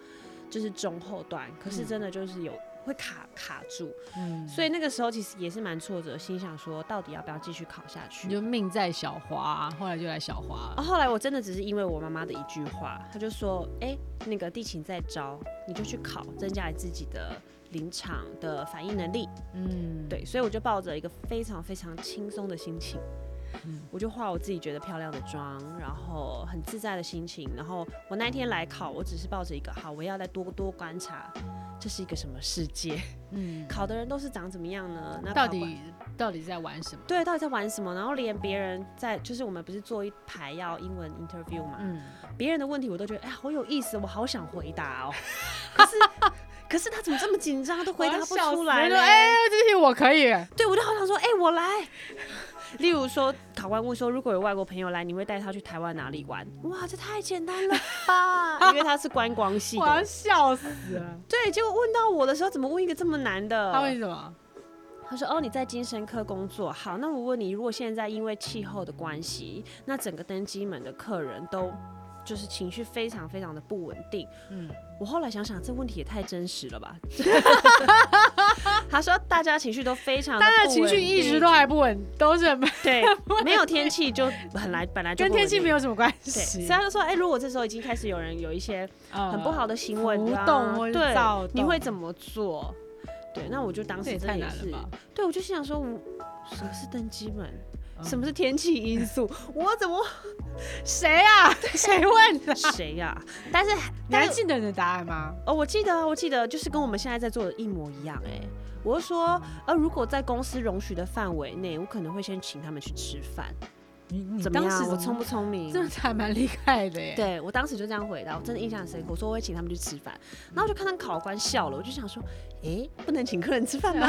Speaker 3: 就是中后段，可是
Speaker 2: 嗯
Speaker 3: 真的就是有。会卡卡住，
Speaker 2: 嗯，
Speaker 3: 所以那个时候其实也是蛮挫折，心想说到底要不要继续考下去？
Speaker 2: 你就命在小华，后来就来小华
Speaker 3: 啊，
Speaker 2: 了。
Speaker 3: 后来我真的只是因为我妈妈的一句话，她就说：“哎、那个地勤在招，你就去考，增加你自己的临场的反应能力。
Speaker 2: 嗯”，
Speaker 3: 对，所以我就抱着一个非常非常轻松的心情，
Speaker 2: 嗯
Speaker 3: 我就化我自己觉得漂亮的妆，然后很自在的心情。然后我那一天来考，我只是抱着一个好，我要再多多观察，这是一个什么世界？ [LAUGHS]
Speaker 2: 嗯，
Speaker 3: 考的人都是长怎么样呢？那
Speaker 2: 到
Speaker 3: 考官
Speaker 2: 底到底在玩什么？
Speaker 3: 对，到底在玩什么？然后连别人在，就是我们不是做一排要英文 interview 嘛，
Speaker 2: 嗯，
Speaker 3: 别人的问题我都觉得哎、好有意思，我好想回答哦。可
Speaker 2: [LAUGHS]
Speaker 3: 是可是他怎么这么紧张，都回答不出来
Speaker 2: 我要笑死
Speaker 3: 嘞
Speaker 2: 了哎，这题我可以。
Speaker 3: 对我就好想说，哎、
Speaker 2: [LAUGHS]
Speaker 3: 我来。例如说，考官问说，如果有外国朋友来，你会带他去台湾哪里玩？哇，这太简单
Speaker 2: [LAUGHS]
Speaker 3: 了吧，因为他是观光系
Speaker 2: 我要
Speaker 3: 的。
Speaker 2: 笑死了。
Speaker 3: 对，结果问到我的时候，怎么问一个这么难的？
Speaker 2: 他问什么？
Speaker 3: 他说：“哦，你在精神科工作，好，那我问你，如果现在因为气候的关系，那整个登机门的客人都就是情绪非常非常的不稳定，
Speaker 2: 嗯，
Speaker 3: 我后来想想，这问题也太真实了吧？ [LAUGHS] 他说大家情绪都非常地
Speaker 2: 大家
Speaker 3: 不
Speaker 2: 的情绪
Speaker 3: 稳
Speaker 2: 一直
Speaker 3: 定
Speaker 2: 都还不稳，都是很
Speaker 3: 对，没有天气就本来本来就
Speaker 2: 跟天气没
Speaker 3: 有。”
Speaker 2: 有什么关
Speaker 3: 对，所
Speaker 2: 系
Speaker 3: 以，他就说，哎、如果这时候已经开始有人有一些很不好
Speaker 2: 的。
Speaker 3: 的行为
Speaker 2: 浮
Speaker 3: 啦，
Speaker 2: 动或是
Speaker 3: 对
Speaker 2: 躁，
Speaker 3: 你
Speaker 2: 动
Speaker 3: 会怎么做？对，那我就当
Speaker 2: 这
Speaker 3: 时
Speaker 2: 也
Speaker 3: 真的
Speaker 2: 太
Speaker 3: 也
Speaker 2: 难
Speaker 3: 是
Speaker 2: 了吧！ [LAUGHS]
Speaker 3: 对，我就心想说，我什么是登机门？
Speaker 2: 嗯
Speaker 3: 什么是天气因素？我怎么
Speaker 2: 谁啊？谁问的？
Speaker 3: 谁呀、但是，
Speaker 2: 你还
Speaker 3: [LAUGHS] 但是，
Speaker 2: 记得你的答案吗？
Speaker 3: 哦，我记得啊，我记得，就是跟我们现在在做的一模一样、哎，我是说，呃，如果在公司容许的范围内，我可能会先请他们去吃饭，
Speaker 2: 你你
Speaker 3: 怎么
Speaker 2: 当时
Speaker 3: 样？我
Speaker 2: 从
Speaker 3: 聪不聪
Speaker 2: [LAUGHS]
Speaker 3: 明？
Speaker 2: 真的还蛮厉害的耶。，
Speaker 3: 对我当时就这样回答，我真的印象很深刻。我说我会请他们去吃饭，然后我就看到考官笑了，我就想说，哎、不能请客人吃饭吗？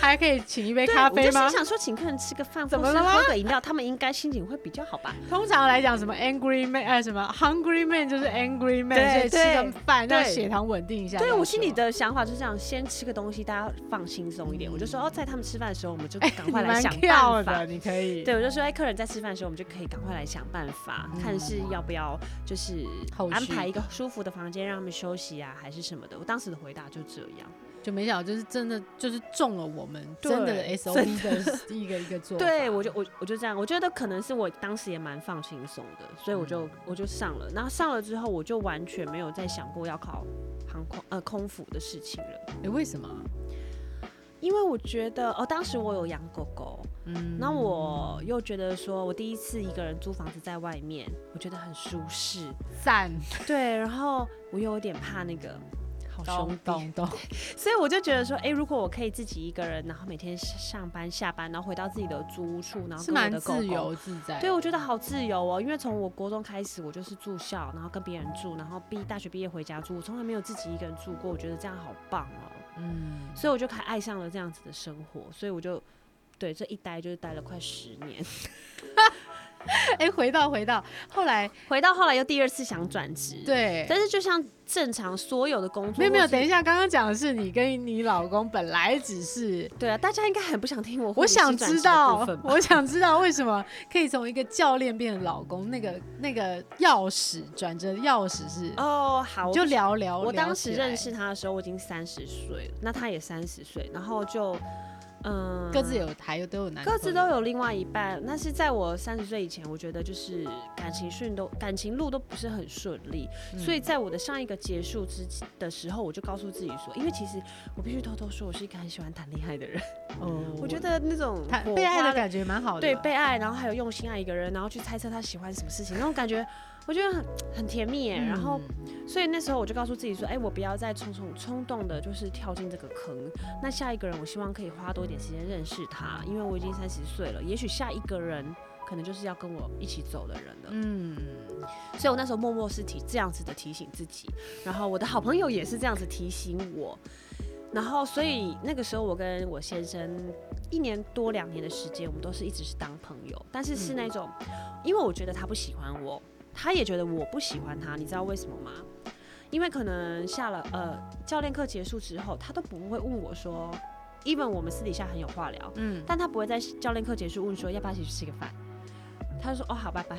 Speaker 2: 还可以请一 [LAUGHS] 杯
Speaker 3: 对，
Speaker 2: 咖啡
Speaker 3: 我就
Speaker 2: 吗
Speaker 3: 心？想说，请客人吃个饭，
Speaker 2: 怎
Speaker 3: 或
Speaker 2: 么
Speaker 3: 是
Speaker 2: 了吗
Speaker 3: 喝个饮料，他们应该心情会比较好吧？
Speaker 2: 通常来讲，什么 angry man 哎，什么 hungry man 就是 angry
Speaker 3: 对
Speaker 2: man，所以吃
Speaker 3: 对
Speaker 2: 顿饭让
Speaker 3: 对
Speaker 2: 血糖稳定一下再
Speaker 3: 对
Speaker 2: 说。
Speaker 3: 我心里的想法就是这样，先吃个东西，大家放轻松一点。我就说哦，在他们吃饭的时候，我们就赶
Speaker 2: 哎你
Speaker 3: 快来
Speaker 2: 蛮
Speaker 3: 想
Speaker 2: 跳
Speaker 3: 办
Speaker 2: 的，
Speaker 3: 法。
Speaker 2: 你可以
Speaker 3: 对，我就说，哎，客人在吃饭的时候，我们就可以赶快来想办法，看是要不要就是
Speaker 2: 后续
Speaker 3: 安排一个舒服的房间让他们休息啊，还是什么的。我当时的回答就这样。
Speaker 2: 就没想到，就是真的就是中了我们
Speaker 3: 对
Speaker 2: 真的 SOP 的一个一个做法。
Speaker 3: 对，我就我我就这样，我觉得可能是我当时也蛮放轻松的，所以我
Speaker 2: 嗯
Speaker 3: 就、我就上了。然后上了之后，我就完全没有再想过要考航空呃空服的事情了，
Speaker 2: 哎，为什么？
Speaker 3: 因为我觉得哦，当时我有养狗狗，
Speaker 2: 嗯
Speaker 3: 那我又觉得说，我第一次一个人租房子在外面，我觉得很舒适。
Speaker 2: 赞，
Speaker 3: 对，然后我又有点怕那个好兄
Speaker 2: 咚
Speaker 3: 弟，
Speaker 2: 咚咚，
Speaker 3: 所以我就觉得说，哎、如果我可以自己一个人，然后每天上班下班，然后回到自己的租屋处，然后
Speaker 2: 是
Speaker 3: 跟我
Speaker 2: 蛮
Speaker 3: 的狗
Speaker 2: 自
Speaker 3: 狗。
Speaker 2: 由自在的。
Speaker 3: 对，我觉得好自由哦，因为从我国中开始，我就是住校，然后跟别人住，然后毕大学毕业回家住，我从来没有自己一个人住过，我觉得这样好棒哦。
Speaker 2: 嗯，
Speaker 3: 所以我就开爱上了这样子的生活，所以我就对这一待就是待了快十年。 [LAUGHS]
Speaker 2: 哎，回到回到后来，
Speaker 3: 回到后来又第二次想转职，，
Speaker 2: 对，
Speaker 3: 但是就像正常所有的工作，
Speaker 2: 没有没有，等一
Speaker 3: 下，
Speaker 2: 下，刚刚讲的是你跟你老公本来只是。
Speaker 3: 对啊，大家应该很不想听我护
Speaker 2: 我
Speaker 3: 理师
Speaker 2: 想
Speaker 3: 转职
Speaker 2: 知
Speaker 3: 的
Speaker 2: 道
Speaker 3: 部分，吧
Speaker 2: 我想知道为什么可以从一个教练变成老公？那个那个钥匙转折钥匙是，
Speaker 3: 哦，好，
Speaker 2: 就
Speaker 3: 我
Speaker 2: 聊聊。
Speaker 3: 我
Speaker 2: 聊
Speaker 3: 当
Speaker 2: 起
Speaker 3: 时
Speaker 2: 来
Speaker 3: 认识他的时候，我已经三十岁了，那他也三十岁，然后就嗯，
Speaker 2: 各自有还有都有男，
Speaker 3: 各自都有另外一半，那是在我三十岁以前，我觉得就是感情顺都感情路都不是很顺利，
Speaker 2: 嗯
Speaker 3: 所以在我的上一个结束之的时候，我就告诉自己说，因为其实我必须偷偷说，我是一个很喜欢谈恋爱
Speaker 2: [LAUGHS]
Speaker 3: 的人，
Speaker 2: 哦，
Speaker 3: 嗯我觉得那种
Speaker 2: 谈
Speaker 3: 火
Speaker 2: 被爱
Speaker 3: 花
Speaker 2: 的感觉蛮好的，
Speaker 3: 对被爱，然后还有用心爱一个人，然后去猜测他喜欢什么事情，那种感觉，我觉得很很甜蜜耶。然
Speaker 2: 嗯
Speaker 3: 后，所以那时候我就告诉自己说，哎、我不要再冲冲冲动的，就是跳进这个坑。那下一个人，我希望可以花多一点时间认识他，因为我已经三十岁了，也许下一个人可能就是要跟我一起走的人了。
Speaker 2: 嗯，
Speaker 3: 所以我那时候默默是提这样子的提醒自己，然后我的好朋友也是这样子提醒我，然后所以那个时候我跟我先生一年多两年的时间，我们都是一直是当朋友，但是是那种，因为我觉得他不喜欢我，他也觉得我不喜欢他，你知道为什么吗？因为可能下了呃教练课结束之后，他都不会问我说，even 我们私底下很有话聊，
Speaker 2: 嗯，
Speaker 3: 但他不会在教练课结束问说要不要一起去吃个饭，他就说哦好拜拜。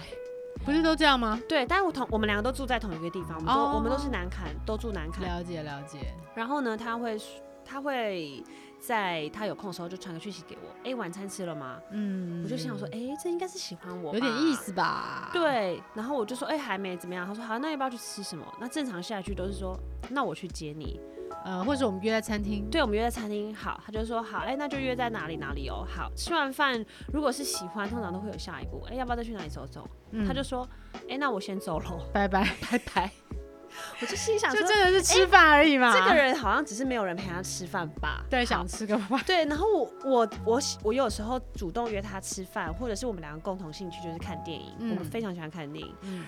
Speaker 2: 不是都这样吗？
Speaker 3: 对，但是我同我们两个都住在同一个地方，我们都、
Speaker 2: 哦
Speaker 3: 我们都是南坎，都住南坎。
Speaker 2: 了解了解，
Speaker 3: 然后呢，他会他会在他有空的时候就传个讯息给我，哎、晚餐吃了吗？
Speaker 2: 嗯，
Speaker 3: 我就心想说，哎、这应该是喜欢我，
Speaker 2: 有点意。思吧？，
Speaker 3: 对，然后我就说，哎、还没怎么样。他说，好，那要不要去吃什么？那正常下去都是说，那我去接你。
Speaker 2: 呃，或者我们约在餐厅，
Speaker 3: 对，我们约在餐厅，好，他就说好，哎、那就约在哪里哪里哦。好，吃完饭如果是喜欢，通常都会有下一步，哎、要不要再去哪里走走？
Speaker 2: 嗯
Speaker 3: 他就说，哎、那我先走喽，
Speaker 2: 拜拜，
Speaker 3: 拜拜。 [LAUGHS] 我就心想
Speaker 2: 就
Speaker 3: 说，哎
Speaker 2: 真的是吃饭而已嘛。
Speaker 3: 这个人好像只是没有人陪他吃饭
Speaker 2: 啊
Speaker 3: 吧？
Speaker 2: 对
Speaker 3: 好
Speaker 2: 想吃个饭，
Speaker 3: 对，然后我我我喜我有时候主动约他吃饭，或者是我们两个共同兴趣就是看电影，
Speaker 2: 嗯
Speaker 3: 我们非常喜欢看电影。
Speaker 2: 嗯，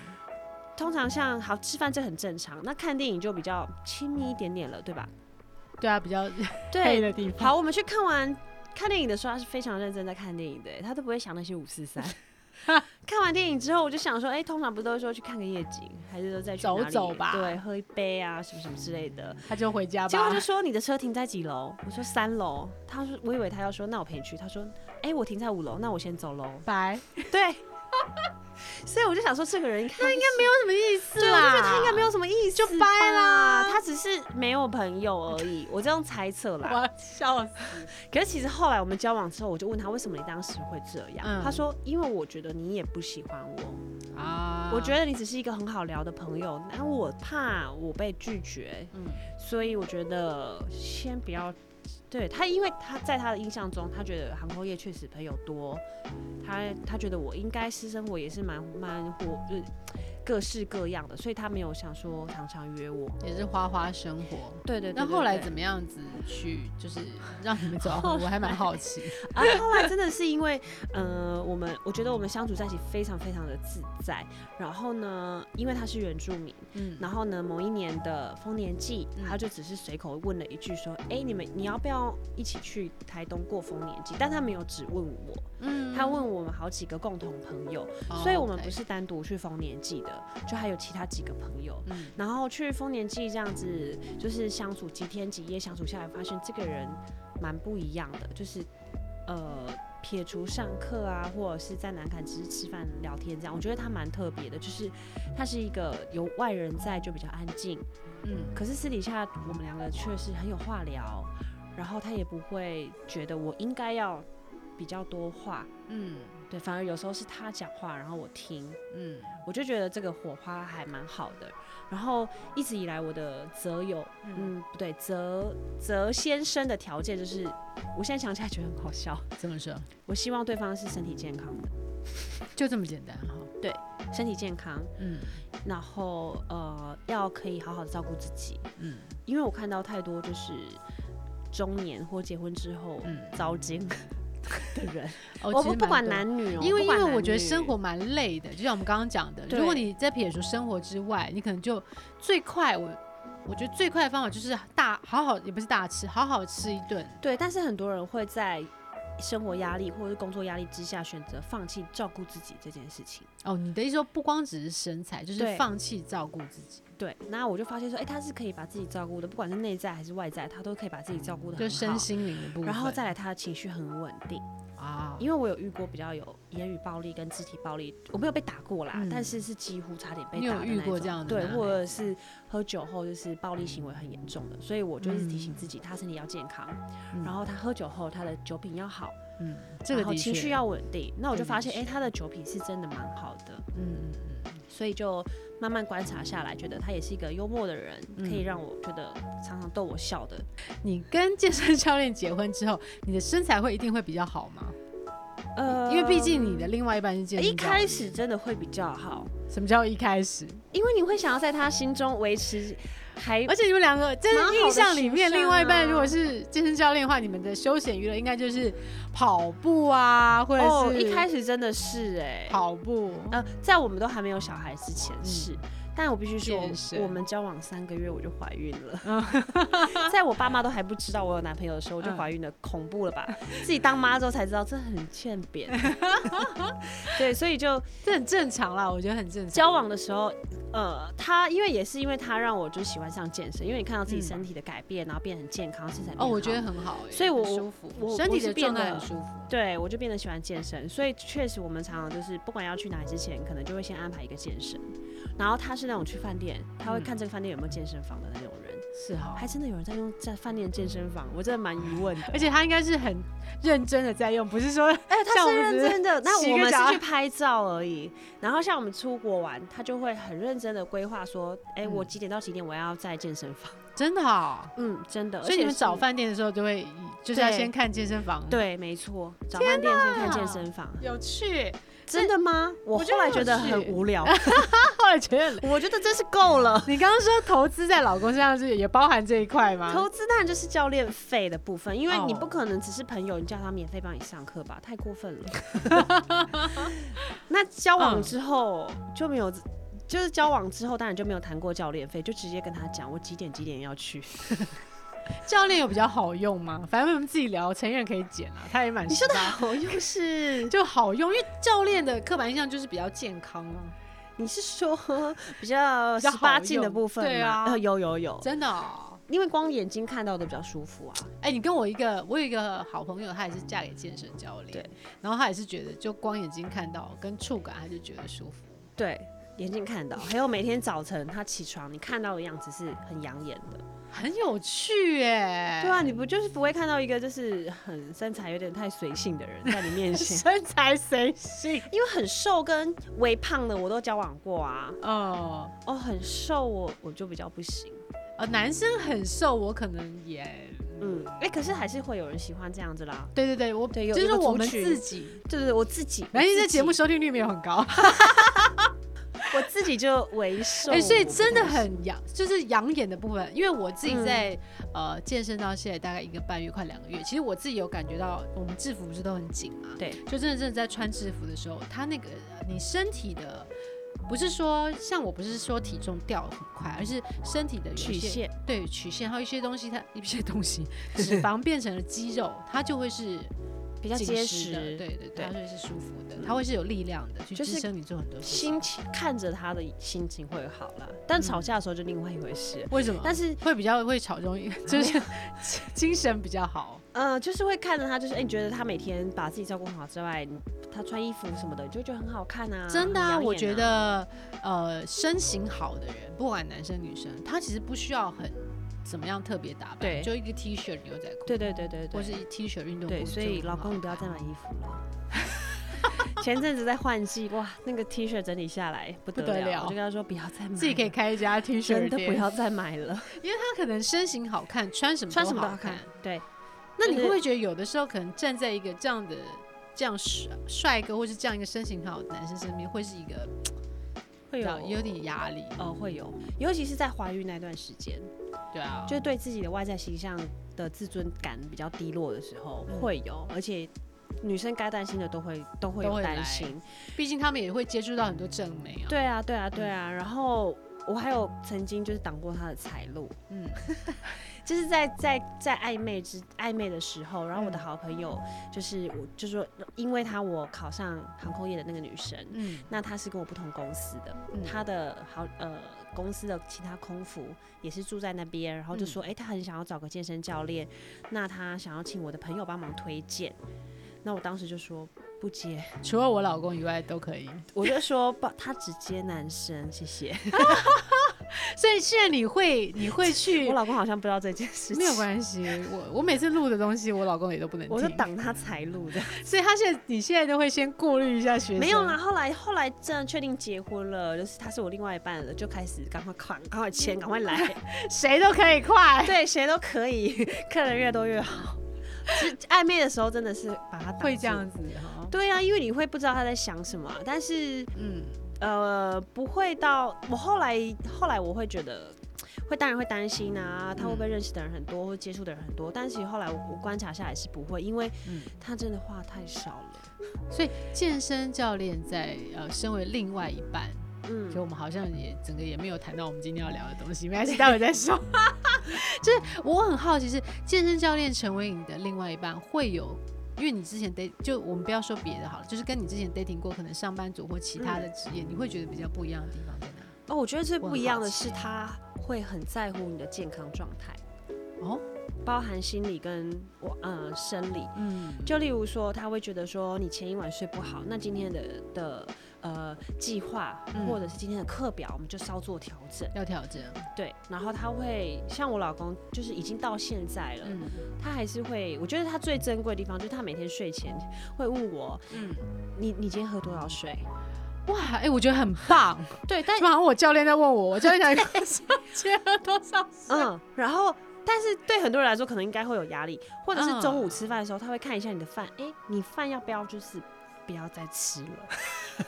Speaker 3: 通常像好吃饭这很正常，那看电影就比较亲密一点点了，对吧？
Speaker 2: 对啊，比较配
Speaker 3: 对，
Speaker 2: 的地方。
Speaker 3: 好，我们去看完看电影的时候，他是非常认真在看电影的，他都不会想那些五四
Speaker 2: [LAUGHS]
Speaker 3: 三。看完电影之后，我就想说，哎、通常不都是说去看个夜景，还是说再去
Speaker 2: 走
Speaker 3: 哪里
Speaker 2: 走吧
Speaker 3: 对，喝一杯啊，什么什么之类的。
Speaker 2: 他就回家吧。
Speaker 3: 结果他就说你的车停在几楼？我说三楼。他说我以为他要说那我陪你去。他说哎、我停在五楼，那我先走喽。
Speaker 2: 拜，
Speaker 3: 对，所以我就想说这个人 [LAUGHS] 他应该
Speaker 2: 没有什么意思
Speaker 3: 对，我就觉得他应该没有什么意思，就
Speaker 2: 掰啦
Speaker 3: 他只是没有朋友而已，我这样猜测啦。
Speaker 2: 我笑死。
Speaker 3: 可是其实后来我们交往之后，我就问他为什么你当时会这样？
Speaker 2: 嗯
Speaker 3: 他说因为我觉得你也不喜欢我，
Speaker 2: 啊
Speaker 3: 我觉得你只是一个很好聊的朋友，但我怕我被拒绝，
Speaker 2: 嗯
Speaker 3: 所以我觉得先不要。对他，因为他在他的印象中，他觉得航空业确实朋友多，他他觉得我应该私生活也是蛮蛮活，就是各式各样的，所以他没有想说常常约我。
Speaker 2: 也是花花生活。
Speaker 3: 对对对
Speaker 2: 那后来怎
Speaker 3: 么？ [LAUGHS]
Speaker 2: 么样子去，就是让你们走到婚，我还蛮好
Speaker 3: [LAUGHS]
Speaker 2: 奇。
Speaker 3: 啊，后来真的是因为，呃，我们我觉得我们相处在一起非常非常的自在。然后呢，因为他是原住民，
Speaker 2: 嗯，
Speaker 3: 然后呢，某一年的丰年祭
Speaker 2: 嗯，
Speaker 3: 他就只是随口问了一句说：“哎、你们你要不要一起去台东过丰年祭？”但他没有只问我，
Speaker 2: 嗯
Speaker 3: 他问我们好几个共同朋友，
Speaker 2: 哦
Speaker 3: 所以我们
Speaker 2: OK
Speaker 3: 不是单独去丰年祭的，就还有其他几个朋友。
Speaker 2: 嗯
Speaker 3: 然后去丰年祭这样子，就是相处几天几夜，相处下来发现这个人蛮不一样的，就是呃，撇除上课啊，或者是在南坎只是吃饭聊天这样，我觉得他蛮特别的，就是他是一个有外人在就比较安静，
Speaker 2: 嗯
Speaker 3: 可是私底下我们两个却是很有话聊，然后他也不会觉得我应该要比较多话，
Speaker 2: 嗯
Speaker 3: 对，反而有时候是他讲话，然后我听，
Speaker 2: 嗯
Speaker 3: 我就觉得这个火花还蛮好的。然后一直以来我的择友，
Speaker 2: 嗯，
Speaker 3: 嗯，不对，择择先生的条件就是，我现在想起来觉得很好笑。
Speaker 2: 怎么说？
Speaker 3: 我希望对方是身体健康的，
Speaker 2: 就这么简单哈。
Speaker 3: 身体健康，
Speaker 2: 嗯
Speaker 3: 然后呃，要可以好好的照顾自己，
Speaker 2: 嗯
Speaker 3: 因为我看到太多就是中年或结婚之后
Speaker 2: 嗯，
Speaker 3: 糟经 [LAUGHS] 的人，
Speaker 2: 哦
Speaker 3: 我
Speaker 2: 其
Speaker 3: 不
Speaker 2: 实
Speaker 3: 不
Speaker 2: 蛮
Speaker 3: 管
Speaker 2: 多
Speaker 3: 男女哦，
Speaker 2: 因为
Speaker 3: 不
Speaker 2: 因
Speaker 3: 管
Speaker 2: 为
Speaker 3: 男
Speaker 2: 我觉得
Speaker 3: 女
Speaker 2: 生活蛮累的，就像我们刚刚讲的，
Speaker 3: 对
Speaker 2: 如果你在撇除生活之外，你可能就最快我。我觉得最快的方法就是大好好也不是大吃，好好吃一顿。
Speaker 3: 对，但是很多人会在生活压力或者是工作压力之下选择放弃照顾自己这件事情。
Speaker 2: 哦，你的意思说不光只是身材，就是
Speaker 3: 对
Speaker 2: 放弃照顾自己，
Speaker 3: 对，那我就发现说，哎、他是可以把自己照顾的，不管是内在还是外在，他都可以把自己照顾的
Speaker 2: 就
Speaker 3: 很
Speaker 2: 身
Speaker 3: 好。
Speaker 2: 心灵的部分。
Speaker 3: 然后再来，他的情绪很稳定，
Speaker 2: 啊，
Speaker 3: 因为我有遇过比较有言语暴力跟肢体暴力，我没有被打过啦，
Speaker 2: 嗯
Speaker 3: 但是是几乎差点被
Speaker 2: 你
Speaker 3: 打
Speaker 2: 有
Speaker 3: 的
Speaker 2: 遇
Speaker 3: 那
Speaker 2: 过
Speaker 3: 种
Speaker 2: 这样的
Speaker 3: 对，
Speaker 2: 吗
Speaker 3: 或者是喝酒后就是暴力行为很严重的，所以我就一直提醒自己，他身体要健康，
Speaker 2: 嗯
Speaker 3: 然后他喝酒后他的酒品要好，
Speaker 2: 嗯，这个
Speaker 3: 然后
Speaker 2: 的
Speaker 3: 情
Speaker 2: 确
Speaker 3: 绪要稳定。那我
Speaker 2: 这
Speaker 3: 就
Speaker 2: 个
Speaker 3: 发
Speaker 2: 的
Speaker 3: 现，哎、
Speaker 2: 确
Speaker 3: 他的酒品是真的蛮好的，
Speaker 2: 嗯嗯嗯，
Speaker 3: 所以就慢慢观察下来，觉得他也是一个幽默的人，
Speaker 2: 嗯
Speaker 3: 可以让我觉得常常逗我笑的。
Speaker 2: 你跟健身教练结婚之后，你的身材会一定会比较好吗？
Speaker 3: 呃
Speaker 2: 因为毕竟你的另外一半是健身
Speaker 3: 一
Speaker 2: 教练
Speaker 3: 开始真的会比较好，
Speaker 2: 什么叫一开始？
Speaker 3: 因为你会想要在他心中维持还
Speaker 2: 而且你们两个真的印象里面，
Speaker 3: 蛮好的形象啊
Speaker 2: 另外一半如果是健身教练的话，你们的休闲娱乐应该就是跑步啊，或者是、
Speaker 3: 哦哦，一开始真的是哎、
Speaker 2: 跑步。
Speaker 3: 呃，在我们都还没有小孩之前
Speaker 2: 嗯
Speaker 3: 是，但我必须说
Speaker 2: 健，身
Speaker 3: 我们交往三个月我就怀孕了， [LAUGHS] 在我爸妈都还不知道我有男朋友的时候，我就
Speaker 2: 嗯
Speaker 3: 怀孕了，恐怖了吧？自己当妈之后才知道，这很欠扁。 [LAUGHS] 对，所以就
Speaker 2: 这很正常啦，我觉得很正常。
Speaker 3: 交往的时候，呃，他因为也是因为他让我就喜欢上健身，因为你看到自己
Speaker 2: 嗯
Speaker 3: 身体的改变，然后变得很健康，身材变
Speaker 2: 哦，我
Speaker 3: 好
Speaker 2: 觉得很好、欸，
Speaker 3: 所以我
Speaker 2: 很舒服，
Speaker 3: 我
Speaker 2: 身体
Speaker 3: 我是
Speaker 2: 的
Speaker 3: 变
Speaker 2: 状态
Speaker 3: 得
Speaker 2: 很舒服。
Speaker 3: 对，我就变得喜欢健身，所以确实我们常常就是不管要去哪里之前，可能就会先安排一个健身。然后他是那种去饭店，他会看这个饭店有没有健身房的那种人，
Speaker 2: 是哈
Speaker 3: 还真的有人在用在饭店健身房，我真的蛮疑问的。
Speaker 2: 而且他应该是很认真的在用，不是
Speaker 3: [LAUGHS]
Speaker 2: 说
Speaker 3: 哎、
Speaker 2: 像
Speaker 3: 他
Speaker 2: 我
Speaker 3: 是
Speaker 2: 们只
Speaker 3: 认
Speaker 2: 是
Speaker 3: 真的，那
Speaker 2: 洗
Speaker 3: 我
Speaker 2: 个
Speaker 3: 们
Speaker 2: 澡
Speaker 3: 是去拍照而已。然后像我们出国玩，他就会很认真的规划说，哎、我
Speaker 2: 嗯
Speaker 3: 几点到几点我要在健身房。
Speaker 2: 真的 [LAUGHS] 啊、
Speaker 3: 嗯，真的。
Speaker 2: 所以你们找
Speaker 3: 饭
Speaker 2: 饭店的时候都会就是要
Speaker 3: 对
Speaker 2: 先看健身房，，
Speaker 3: 对，没错，找饭店先看
Speaker 2: 哪
Speaker 3: 健身房。
Speaker 2: 有趣。
Speaker 3: 真的吗？我
Speaker 2: 我觉得
Speaker 3: 后来
Speaker 2: 很
Speaker 3: 觉
Speaker 2: 有
Speaker 3: 得很
Speaker 2: 趣
Speaker 3: 无聊，
Speaker 2: 后来觉得
Speaker 3: 我觉得真是够了。
Speaker 2: 你刚刚说投资在老公身上是也包含这一块吗？
Speaker 3: 投资当然就是教练费的部分，因为你
Speaker 2: 啊哦
Speaker 3: 不可能只是朋友，你叫他免费帮你上课吧，太过分了。
Speaker 2: [LAUGHS]
Speaker 3: 那交
Speaker 2: 嗯
Speaker 3: 往之后就没有，就是交往之后当然就没有谈过教练费，就直接跟他讲我几点几点要去。
Speaker 2: 教练有比较好用吗？反正我们自己聊，成人可以剪啊，他也蛮
Speaker 3: 你说
Speaker 2: 的
Speaker 3: 的好用是，
Speaker 2: 就好用，因为教练的刻板印象就是比较健康啊，
Speaker 3: [LAUGHS] 你是说比较
Speaker 2: 比较
Speaker 3: 十
Speaker 2: 好
Speaker 3: 八禁的
Speaker 2: 用
Speaker 3: 部分
Speaker 2: 对
Speaker 3: 吗
Speaker 2: 啊
Speaker 3: 呃有有有，
Speaker 2: 真的、哦。
Speaker 3: 因为光眼睛看到的比较舒服啊。
Speaker 2: 哎、你跟我一个，我有一个好朋友，她也是嫁给健身教练，
Speaker 3: 对，
Speaker 2: 然后她也是觉得，就光眼睛看到跟触感，她就觉得舒服。
Speaker 3: 对，眼睛看到，还有每天早晨他起床，你看到的样子是很养眼的。
Speaker 2: 很有趣哎、
Speaker 3: 对啊，你不就是不会看到一个就是很身材有点太随性的人在你面前？
Speaker 2: [LAUGHS] 身材随性
Speaker 3: 因为很瘦跟微胖的我都交往过啊，
Speaker 2: 哦。
Speaker 3: 哦，很瘦我我就比较不行，
Speaker 2: 呃，男生很瘦，我可能也，
Speaker 3: 嗯，哎、可是还是会有人喜欢这样子啦，
Speaker 2: 对对对，我
Speaker 3: 对有
Speaker 2: 就
Speaker 3: 有
Speaker 2: 是
Speaker 3: 个
Speaker 2: 我
Speaker 3: 族
Speaker 2: 们
Speaker 3: 群
Speaker 2: 自己，
Speaker 3: 就是我自己，
Speaker 2: 男性
Speaker 3: 我
Speaker 2: 这
Speaker 3: 自己
Speaker 2: 节目收听率没有很
Speaker 3: [LAUGHS]
Speaker 2: 高，
Speaker 3: 我自己就微瘦，
Speaker 2: 哎、所以
Speaker 3: 我不
Speaker 2: 真的
Speaker 3: 太行
Speaker 2: 很养，就是养眼的部分。因为我自己
Speaker 3: 嗯
Speaker 2: 在、呃健身到现在大概一个半月，快两个月，其实我自己有感觉到，我们制服不是都很紧嘛，
Speaker 3: 对，
Speaker 2: 就真的真的在穿制服的时候，它那个呃你身体的。不是说像我不是说体重掉很快，而是身体的有一
Speaker 3: 曲
Speaker 2: 些
Speaker 3: 线，
Speaker 2: 对曲线，还有一些东西它一些东西脂肪变成了肌肉，它就会是
Speaker 3: 比较
Speaker 2: 紧
Speaker 3: 结
Speaker 2: 实
Speaker 3: 实，
Speaker 2: 的，对对对，
Speaker 3: 对嗯
Speaker 2: 它会是舒服的，它会是有力量的去
Speaker 3: 就是
Speaker 2: 支撑你做很多事情。
Speaker 3: 心情看着他的心情会好啦，
Speaker 2: 嗯
Speaker 3: 但吵架的时候就另外一回事。
Speaker 2: 为什么？
Speaker 3: 但是，
Speaker 2: 会比较会吵容易， [LAUGHS] 就是精神比较好。
Speaker 3: 呃，就是会看着他，就是哎、你觉得他每天把自己照顾好之外，你他穿衣服什么的，你就觉得很好看啊，
Speaker 2: 真的、
Speaker 3: 很
Speaker 2: 啊，
Speaker 3: 养眼啊
Speaker 2: 我觉得呃，身形好的人，不管男生女生，他其实不需要很怎么样特别打
Speaker 3: 对
Speaker 2: 扮，就一个 T 恤牛仔裤，
Speaker 3: 对对对对
Speaker 2: 或
Speaker 3: 对，
Speaker 2: 是一 T 恤运动裤就很好看。
Speaker 3: 对，所以老公你不要再买衣服了。 [LAUGHS] 前阵子在换季，哇，那个 T 恤整理下来不得
Speaker 2: 不得了
Speaker 3: 我就跟他说不要再买了，
Speaker 2: 自己可以开一家 T 恤
Speaker 3: 真的不
Speaker 2: 店，
Speaker 3: 要再
Speaker 2: [LAUGHS]
Speaker 3: 买了，
Speaker 2: 因为他可能身形好看，穿什么
Speaker 3: 穿什么都
Speaker 2: 都
Speaker 3: 好看。对，
Speaker 2: 那你
Speaker 3: 就是
Speaker 2: 会不会觉得有的时候可能站在一个这样的这样帅帅哥，或是这样一个身形好的男生身边，会是一个比
Speaker 3: 会有
Speaker 2: 较有点压力？
Speaker 3: 呃会有，尤其是在怀孕那段时间，
Speaker 2: 对啊，
Speaker 3: 就是对自己的外在形象的自尊感比较低落的时候
Speaker 2: 嗯
Speaker 3: 会有，而且女生该担心的都会都会
Speaker 2: 都
Speaker 3: 有
Speaker 2: 会
Speaker 3: 担
Speaker 2: 来
Speaker 3: 心，
Speaker 2: 毕竟他们也会接触到很多正美啊。，
Speaker 3: 对啊，对啊，对啊。然后我还有曾经就是挡过他的财路，嗯
Speaker 2: 嗯，
Speaker 3: 就是在在在暧昧之暧昧的时候，然后我的
Speaker 2: 嗯
Speaker 3: 好朋友就是我就说，因为他我考上航空业的那个女生，
Speaker 2: 嗯，
Speaker 3: 那她是跟我不同公司的，
Speaker 2: 嗯
Speaker 3: 她的好呃公司的其他空服也是住在那边，然后就
Speaker 2: 嗯
Speaker 3: 说，哎、她很想要找个健身教练，那她想要请我的朋友帮忙推荐，那我当时就说不接， [LAUGHS]
Speaker 2: 除了我老公以外都可以。 [LAUGHS]
Speaker 3: 我就说不，她只接男生，谢谢。
Speaker 2: 所以现在你会你会去
Speaker 3: 我，老公好像不知道这件事情，
Speaker 2: 没有关系。我我每次录的东西，我老公也都不能
Speaker 3: 我就
Speaker 2: 听，
Speaker 3: 挡他财
Speaker 2: [LAUGHS]
Speaker 3: 路的。
Speaker 2: 所以他现在你现在都会先过滤一下学生。
Speaker 3: 没有啦，，啊后来后来真的确定结婚了，就是他是我另外一半了，就开始赶快款，赶快签，赶快来，
Speaker 2: 谁都可以快，
Speaker 3: [LAUGHS] 对，谁都可以，客人越多越好。其实暧昧的时候真的是把他挡
Speaker 2: 会这
Speaker 3: 住。
Speaker 2: 样子哈。
Speaker 3: 对啊，因为你会不知道他在想什么啊、但是
Speaker 2: 嗯，
Speaker 3: 呃，不会到我后来后来我会觉得，会当然会担心啊，他会
Speaker 2: 嗯
Speaker 3: 不会认识的人很多，或接触的人很多，但是后来我我观察下来是不会，因为
Speaker 2: 嗯
Speaker 3: 他真的话太少了。
Speaker 2: 所以健身教练在呃，身为另外一半，
Speaker 3: 嗯
Speaker 2: 所以我们好像也整个也没有谈到我们今天要聊的东西，没关系，待会再说。 [LAUGHS] 就是我很好奇是，健身教练成为你的另外一半会有，因为你之前 date 就我们不要说别的好了，就是跟你之前 dating 过可能上班族或其他的职业，你会觉得比较不一样的地方在哪？
Speaker 3: 哦，我觉得最
Speaker 2: 我
Speaker 3: 不
Speaker 2: 很
Speaker 3: 一
Speaker 2: 好
Speaker 3: 样的
Speaker 2: 奇
Speaker 3: 是，他会很在乎你的健康状态，
Speaker 2: 哦，
Speaker 3: 包含心理跟我呃生理。
Speaker 2: 嗯，
Speaker 3: 就例如说，他会觉得说你前一晚睡不好，那今天的的呃计划
Speaker 2: 嗯
Speaker 3: 或者是今天的课表，我们就稍作调整。
Speaker 2: 要调整，
Speaker 3: 对，然后他会像我老公，就是已经到现在了，
Speaker 2: 嗯
Speaker 3: 他还是会，我觉得他最珍贵的地方就是他每天睡前会问我，
Speaker 2: 嗯，
Speaker 3: 你你今天喝多少水？
Speaker 2: 哇，哎、我觉得很 [LAUGHS] 棒，
Speaker 3: 对，但
Speaker 2: 就好像我教练在问我，我教练讲 [LAUGHS] 跟我说今天喝多少水，
Speaker 3: 嗯，然后但是对很多人来说可能应该会有压力，或者
Speaker 2: 嗯
Speaker 3: 是中午吃饭的时候，他会看一下你的饭，哎、你饭要不要就是不要再吃了，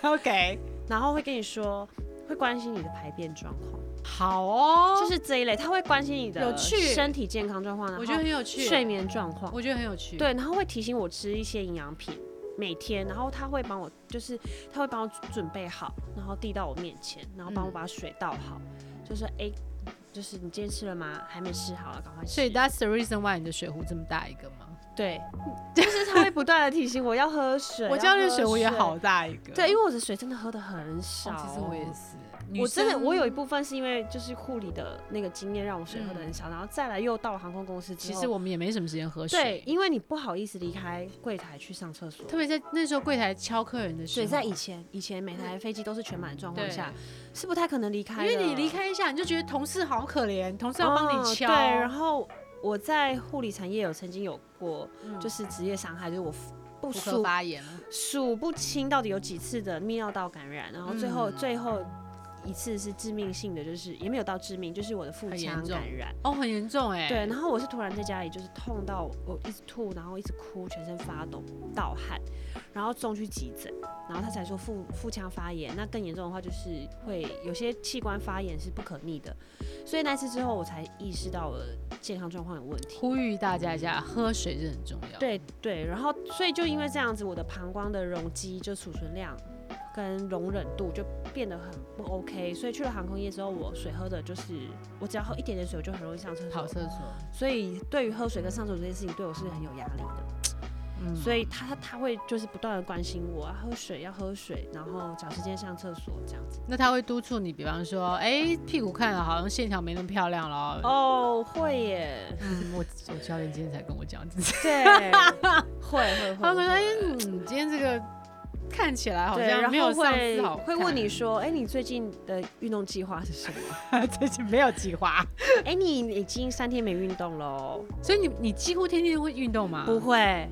Speaker 2: [LAUGHS] OK，
Speaker 3: 然后会跟你说，会关心你的排便状况，
Speaker 2: 好哦，
Speaker 3: 就是这一类，他会关心你的
Speaker 2: 有趣
Speaker 3: 身体健康状况，然后
Speaker 2: 我觉得很有趣，
Speaker 3: 睡眠状况，
Speaker 2: 我觉得很有趣，，
Speaker 3: 对，然后会提醒我吃一些营养品。每天，然后他会帮我，就是他会帮我准备好，然后递到我面前，然后帮我
Speaker 2: 嗯
Speaker 3: 把水倒好，就说哎，就是你今天吃了吗？还没吃好，赶快吃。
Speaker 2: 所以 That's the reason why 你的水壶这么大一个吗？
Speaker 3: 对，就是他会不断的提醒我要喝水。
Speaker 2: [LAUGHS] 我教练水壶也好
Speaker 3: 要喝
Speaker 2: 大一个，
Speaker 3: 水。对，因为我的水真的喝的很少、
Speaker 2: 哦其实我也。是，女
Speaker 3: 我真的，
Speaker 2: 生
Speaker 3: 我有一部分是因为就是护理的那个经验让我水喝的很少，然后再来又到了航空公司之
Speaker 2: 嗯其
Speaker 3: 后，
Speaker 2: 实我们也没什么时间喝
Speaker 3: 对
Speaker 2: 水，，
Speaker 3: 因为你不好意思离开柜台去上厕所，
Speaker 2: 特别在那时候柜台敲客人的时
Speaker 3: 对，
Speaker 2: 候，
Speaker 3: 在以前以前每台飞机都是全满的状况
Speaker 2: 对
Speaker 3: 下，是不太可能离开
Speaker 2: 因
Speaker 3: 的，
Speaker 2: 为你离开一下，你就觉得同事好可怜，同事要帮你
Speaker 3: 哦
Speaker 2: 敲，
Speaker 3: 对，然后我在护理产业有曾经有过
Speaker 2: 嗯
Speaker 3: 就是职业伤害，就是我不
Speaker 2: 妇科
Speaker 3: 舒
Speaker 2: 发炎，
Speaker 3: 数不清到底有几次的泌尿道感染，然后最后、
Speaker 2: 嗯
Speaker 3: 最后一次是致命性的，就是也没有到致命，就是我的腹
Speaker 2: 很严
Speaker 3: 腔
Speaker 2: 重
Speaker 3: 感染。
Speaker 2: 哦，很严重哎，
Speaker 3: 对，然后我是突然在家里就是痛到我一直吐，然后一直哭，全身发抖、盗汗，然后送去急诊，然后他才说腹腹腔发炎，那更严重的话就是会有些器官发炎是不可逆的，所以那次之后我才意识到我的健康状况有问题。
Speaker 2: 呼吁大家一下，喝水是很重要，，
Speaker 3: 对对，然后所以就因为这样子，我的膀胱的容积就储存量跟容忍度就变得很不 OK，所以去了航空业之后，我水喝的就是我只要喝一点点水，我就很容易上厕
Speaker 2: 跑
Speaker 3: 所。
Speaker 2: 厕所，
Speaker 3: 所以对于喝水跟上厕所这件事情，对我是很有压力的。
Speaker 2: 嗯
Speaker 3: 所以他他他会就是不断的关心我，要喝水要喝水，然后找时间上厕所这样子。
Speaker 2: 那他会督促你，比方说，哎，屁股看了好像线条没那么漂亮了。哦，
Speaker 3: 哦，会耶，
Speaker 2: 嗯，我我教练今天才跟我讲，
Speaker 3: [LAUGHS] 对，会会
Speaker 2: 他
Speaker 3: 会
Speaker 2: 说，哎，
Speaker 3: 会。
Speaker 2: 嗯，今天这个看起来好
Speaker 3: 对，然
Speaker 2: 像没有
Speaker 3: 后
Speaker 2: 上次
Speaker 3: 会
Speaker 2: 好
Speaker 3: 会问你说，哎、你最近的运动计划是什么？ [LAUGHS]
Speaker 2: 看， [LAUGHS] 最近没有计划，
Speaker 3: 哎、你已经三天没运动哦喽？
Speaker 2: 所以你你几乎天天会运动吗？
Speaker 3: 不，会，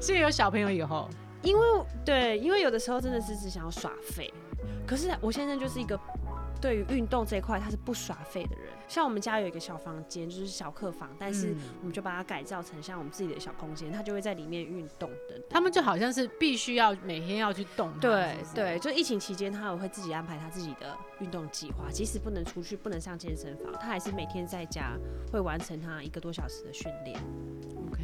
Speaker 2: 是有小朋友以后，
Speaker 3: 因为对，因为有的时候真的是只想要耍废。可是我先生就是一个对于运动这一块他是不耍废的人。像我们家有一个小房间，就是小客房，但是
Speaker 2: 嗯
Speaker 3: 我们就把它改造成像我们自己的小空间，他就会在里面运动的。
Speaker 2: 他们就好像是必须要每天要去动它，
Speaker 3: 对
Speaker 2: 是不是，
Speaker 3: 对，就疫情期间，他也会自己安排他自己的运动计划，即使不能出去，不能上健身房，他还是每天在家会完成他一个多小时的训练。
Speaker 2: ，OK，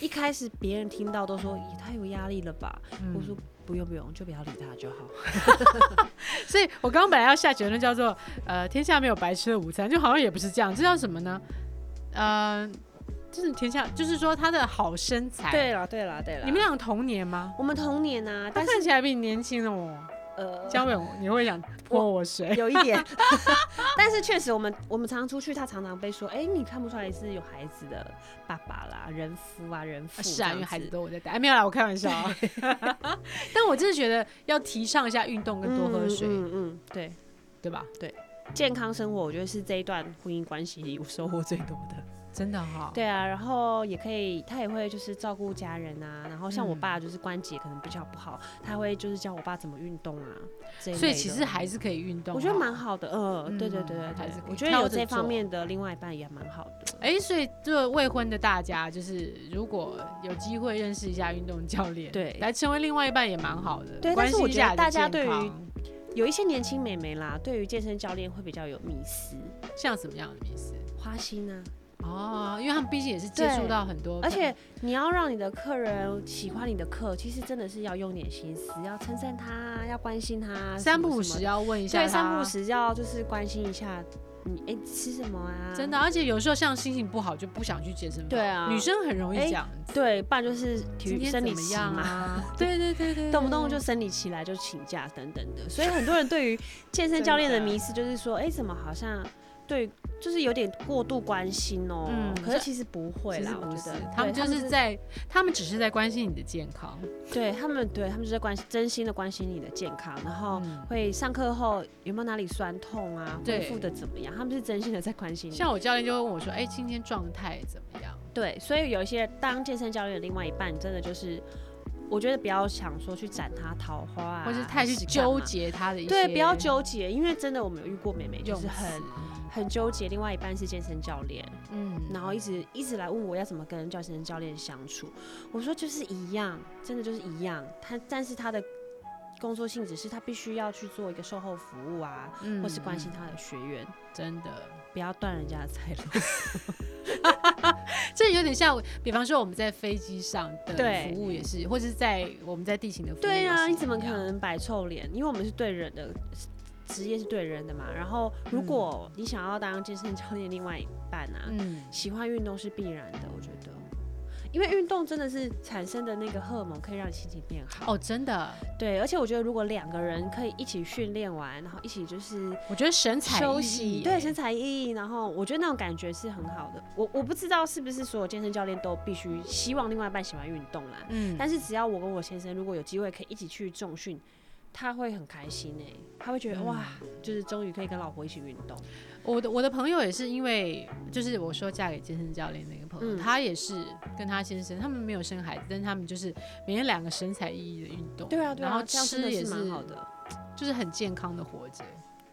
Speaker 3: 一开始别人听到都说也太有压力了吧，
Speaker 2: 嗯
Speaker 3: 我说不用不用，就不要理他就好。
Speaker 2: 所以我刚刚本来要下结论叫做，呃，天下没有白吃的午餐，就好像也不是这样，这叫什么呢？呃，就是天下，就是说他的好身材。，
Speaker 3: 啦对啦对啦
Speaker 2: 你们俩同年吗？
Speaker 3: 我们童年啊，
Speaker 2: 他
Speaker 3: 但是
Speaker 2: 看起来比你年轻哦。
Speaker 3: 呃
Speaker 2: 姜伟，你会想泼我水？
Speaker 3: [LAUGHS] 有一点， [LAUGHS] 但是确实我们我们常出去，他常常被说，哎、你看不出来是有孩子的爸爸啦，人夫啊人夫、
Speaker 2: 是啊，因为孩
Speaker 3: 孩
Speaker 2: 子都我在带。哎，没有啦，我开玩笑
Speaker 3: [LAUGHS]
Speaker 2: 啊。 [LAUGHS] 但我真的觉得要提倡一下运动跟多喝水，
Speaker 3: 嗯嗯嗯对，
Speaker 2: 对吧？
Speaker 3: 健康生活我觉得是这一段婚姻关系里我收获最多的。
Speaker 2: 真的哈、
Speaker 3: 对啊，然后也可以，他也会就是照顾家人啊。然后像我
Speaker 2: 嗯
Speaker 3: 爸就是关节可能比较不好，他会就是教我爸怎么运动啊。这一
Speaker 2: 所以
Speaker 3: 类
Speaker 2: 其
Speaker 3: 的
Speaker 2: 实还是可以运动。啊
Speaker 3: 我觉得蛮。好的，呃，对对
Speaker 2: 嗯
Speaker 3: 对对
Speaker 2: 还是
Speaker 3: 对
Speaker 2: 可，以
Speaker 3: 我觉得
Speaker 2: 挑
Speaker 3: 有
Speaker 2: 着
Speaker 3: 这方
Speaker 2: 做
Speaker 3: 面的另外一半也蛮好的。
Speaker 2: 哎、所以这未婚的大家，就是如果有机会认识一下运动教练，
Speaker 3: 对
Speaker 2: 来成为另外一半也蛮好的。
Speaker 3: 对但
Speaker 2: 关
Speaker 3: 是
Speaker 2: 心
Speaker 3: 我
Speaker 2: 一
Speaker 3: 觉得
Speaker 2: 下你的
Speaker 3: 大家
Speaker 2: 健
Speaker 3: 对于
Speaker 2: 康
Speaker 3: 有一些年轻美眉啦，对于健身教练会比较有迷思，
Speaker 2: 像什么样的意思？
Speaker 3: 花心啊，
Speaker 2: 哦，因为他们毕竟也是接触
Speaker 3: 对
Speaker 2: 到很多，
Speaker 3: 而且你要让你的客人喜欢你的课，其实真的是要用点心思，要称赞他，啊要关心他，
Speaker 2: 三不
Speaker 3: 什
Speaker 2: 五
Speaker 3: 么什么
Speaker 2: 时
Speaker 3: 的
Speaker 2: 要问一下，
Speaker 3: 对，三不五。时要就是关心一下你，哎、吃什么啊？
Speaker 2: 真的，而且有时候像心情不好就不想去健身房，
Speaker 3: 对啊
Speaker 2: 女生很容易
Speaker 3: 哎
Speaker 2: 这样子，
Speaker 3: 对，不然就是体
Speaker 2: 今
Speaker 3: 育
Speaker 2: 天
Speaker 3: 生
Speaker 2: 怎
Speaker 3: 理
Speaker 2: 么
Speaker 3: 期
Speaker 2: 样
Speaker 3: 嘛，
Speaker 2: 啊？
Speaker 3: [LAUGHS]
Speaker 2: 对对对对，
Speaker 3: 动不动就生理期来就请假等等的，所以很多人对于健身教练的
Speaker 2: 真的
Speaker 3: 迷思就是说，哎、怎么好像对，就是有点过度关心哦、
Speaker 2: 嗯
Speaker 3: 可是其实不会
Speaker 2: 其
Speaker 3: 啦
Speaker 2: 实，
Speaker 3: 我
Speaker 2: 不
Speaker 3: 觉
Speaker 2: 是
Speaker 3: 得，
Speaker 2: 他们
Speaker 3: 对
Speaker 2: 就是在，他们只是在关心你的健康，
Speaker 3: 对他们，对他们就在关心，真心的关心你的健康，然后
Speaker 2: 嗯
Speaker 3: 哦会上课后有没有哪里酸痛啊，恢
Speaker 2: 对
Speaker 3: 复的怎么样，他们是真心的在关心你。
Speaker 2: 嗯像我教练就会问我说：“哎、今天状态怎么样
Speaker 3: 对，所以有一些当健身教练的另外一半，真的就是，我觉得不要想说去斩他桃花啊，
Speaker 2: 或是太去
Speaker 3: 是干
Speaker 2: 纠
Speaker 3: 嘛。
Speaker 2: 结他的一些
Speaker 3: 对，不要纠结，因为真的我们有遇过妹妹，就
Speaker 2: 用
Speaker 3: 是
Speaker 2: 词，
Speaker 3: 很很纠结。另外一半是健身教练，
Speaker 2: 嗯
Speaker 3: 然后一直一直来问我要怎么跟健身教练相处。我说就是一样，真的就是一样。他但是他的工作性质是他必须要去做一个售后服务啊，
Speaker 2: 嗯
Speaker 3: 或是关心
Speaker 2: 嗯
Speaker 3: 他的学员，
Speaker 2: 真的，
Speaker 3: 不要断人家的财路。
Speaker 2: 这有点像，比方说我们在飞机上的
Speaker 3: 对
Speaker 2: 服务也是，或者是在我们在地勤的服务，
Speaker 3: [LAUGHS] 对啊，你怎么可？能摆臭脸？因为我们是对人的职业是对人的嘛。然后，如果你想要当健身教练，另外一半啊，
Speaker 2: 嗯，
Speaker 3: 喜欢运动是必然的，我觉得。因为运动真的是产生的那个荷尔蒙可以让你心情变好，
Speaker 2: 哦，真的，
Speaker 3: 对，而且我觉得如果两个人可以一起训练完，然后一起就是
Speaker 2: 我觉得神采
Speaker 3: 休
Speaker 2: 奕
Speaker 3: 息，
Speaker 2: 奕
Speaker 3: 对，
Speaker 2: 耶
Speaker 3: 神采奕奕，然后我觉得那种感觉是很好的。我我不知道是不是所有健身教练都必须希望另外一半喜欢运动啦，
Speaker 2: 嗯，
Speaker 3: 但是只要我跟我先生如果有机会可以一起去重训，他会很开心哎、他会觉得、哇，就是终于可以跟老婆一起运动。
Speaker 2: 我的我的朋友也是因为，就是我说嫁给健身教练那个朋友，
Speaker 3: 嗯
Speaker 2: 她也是跟她先生，他们没有生孩子，但是他们就是每天两个神采奕奕的运动，
Speaker 3: 对啊，对
Speaker 2: 然后
Speaker 3: 啊，这样真
Speaker 2: 吃
Speaker 3: 的
Speaker 2: 也
Speaker 3: 是蛮好的。
Speaker 2: 就是很健康的活着，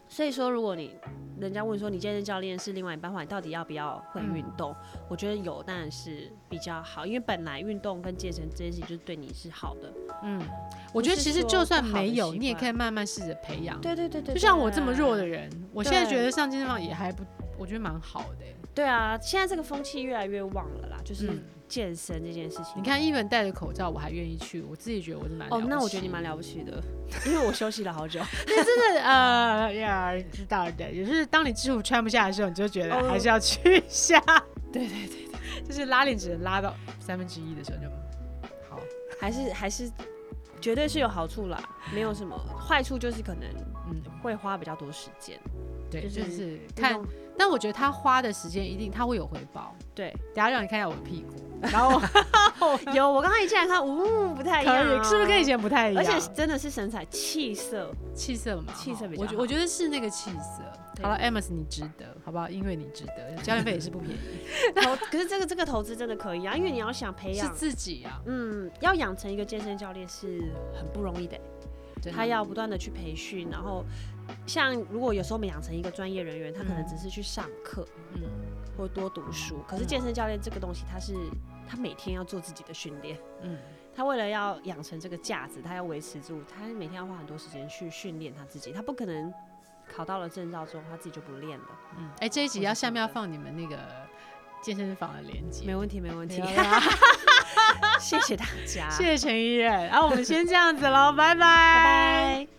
Speaker 3: 所以说，如果你人家问说你健身教练是另外一半话，你到底要不要会运动？我觉得有当然是比较好，因为本来运动跟健身这件事情就对你是好的。
Speaker 2: 嗯，我觉得其实就算没有，你也可以慢慢试着培养。
Speaker 3: 对对对对，
Speaker 2: 就像我
Speaker 3: 对啊
Speaker 2: 这么弱的，人，我现在
Speaker 3: 对
Speaker 2: 觉得上健身房也还不，我觉得蛮好的欸、
Speaker 3: 对啊，现在这个风气越来越旺了啦，就是
Speaker 2: 嗯
Speaker 3: 健身这件事情。
Speaker 2: 你看，一文戴着口罩，我还愿意去，我自己觉得我是蛮了
Speaker 3: 嗯哦
Speaker 2: 不，起
Speaker 3: 那我觉得你蛮了不起的， [LAUGHS] 因为我休息了好久。
Speaker 2: 那真的呃呀，知道的，也是当你制服穿不下的时候，你就觉得
Speaker 3: 哦
Speaker 2: 还是要去一
Speaker 3: [LAUGHS]
Speaker 2: 下。对对对对，就是拉链只能拉到三分之一的时候就好。
Speaker 3: 还是还是绝对是有好处啦，没有什么坏处，就是可能
Speaker 2: 嗯，
Speaker 3: 会花比较多时间。
Speaker 2: 对，就、
Speaker 3: 就是是
Speaker 2: 看
Speaker 3: 运，动
Speaker 2: 但我觉得他花的时间一定他会有回报。
Speaker 3: 对，
Speaker 2: 等下让你看一下我的屁股，然 [LAUGHS] 后我
Speaker 3: 有我刚刚一进来看，呜，不太一样
Speaker 2: 可
Speaker 3: 哦，
Speaker 2: 以是不是跟以前不太一样？
Speaker 3: 而且真的是神采气色，
Speaker 2: 气色嘛，
Speaker 3: 气色
Speaker 2: 哈
Speaker 3: 比较
Speaker 2: 我觉
Speaker 3: 好
Speaker 2: 我觉得是那个气色。
Speaker 3: 对
Speaker 2: 好了，Amos 你值得，好不好？因为你值得，教练费也是不便宜，
Speaker 3: [LAUGHS] 投可是这个这个投资真的可以啊，因为你要想培
Speaker 2: 是
Speaker 3: 养，
Speaker 2: 自己啊，
Speaker 3: 嗯，要养成一个健身教练是很不容易的，
Speaker 2: 真的
Speaker 3: 他要不断的去培训，然后像如果有时候我们养成一个专业人员，他可能
Speaker 2: 嗯
Speaker 3: 只是去上课
Speaker 2: 嗯，
Speaker 3: 或多读书，可是
Speaker 2: 嗯
Speaker 3: 健身教练这个东西，他是他每天要做自己的训练。
Speaker 2: 嗯
Speaker 3: 他为了要养成这个价值，他要维持住，他每天要花很多时间去训练他自己，他不可能考到了证照之后他自己就不练了。
Speaker 2: 嗯。哎，这一集
Speaker 3: 我
Speaker 2: 要
Speaker 3: 是
Speaker 2: 下面要
Speaker 3: 觉得
Speaker 2: 放你们那个健身房的链接
Speaker 3: 没。问题，没问题
Speaker 2: 有，啦
Speaker 3: [LAUGHS] 谢谢大家，啊
Speaker 2: 谢谢陈怡然，然后我们先这样子喽，拜拜，拜
Speaker 3: 拜拜。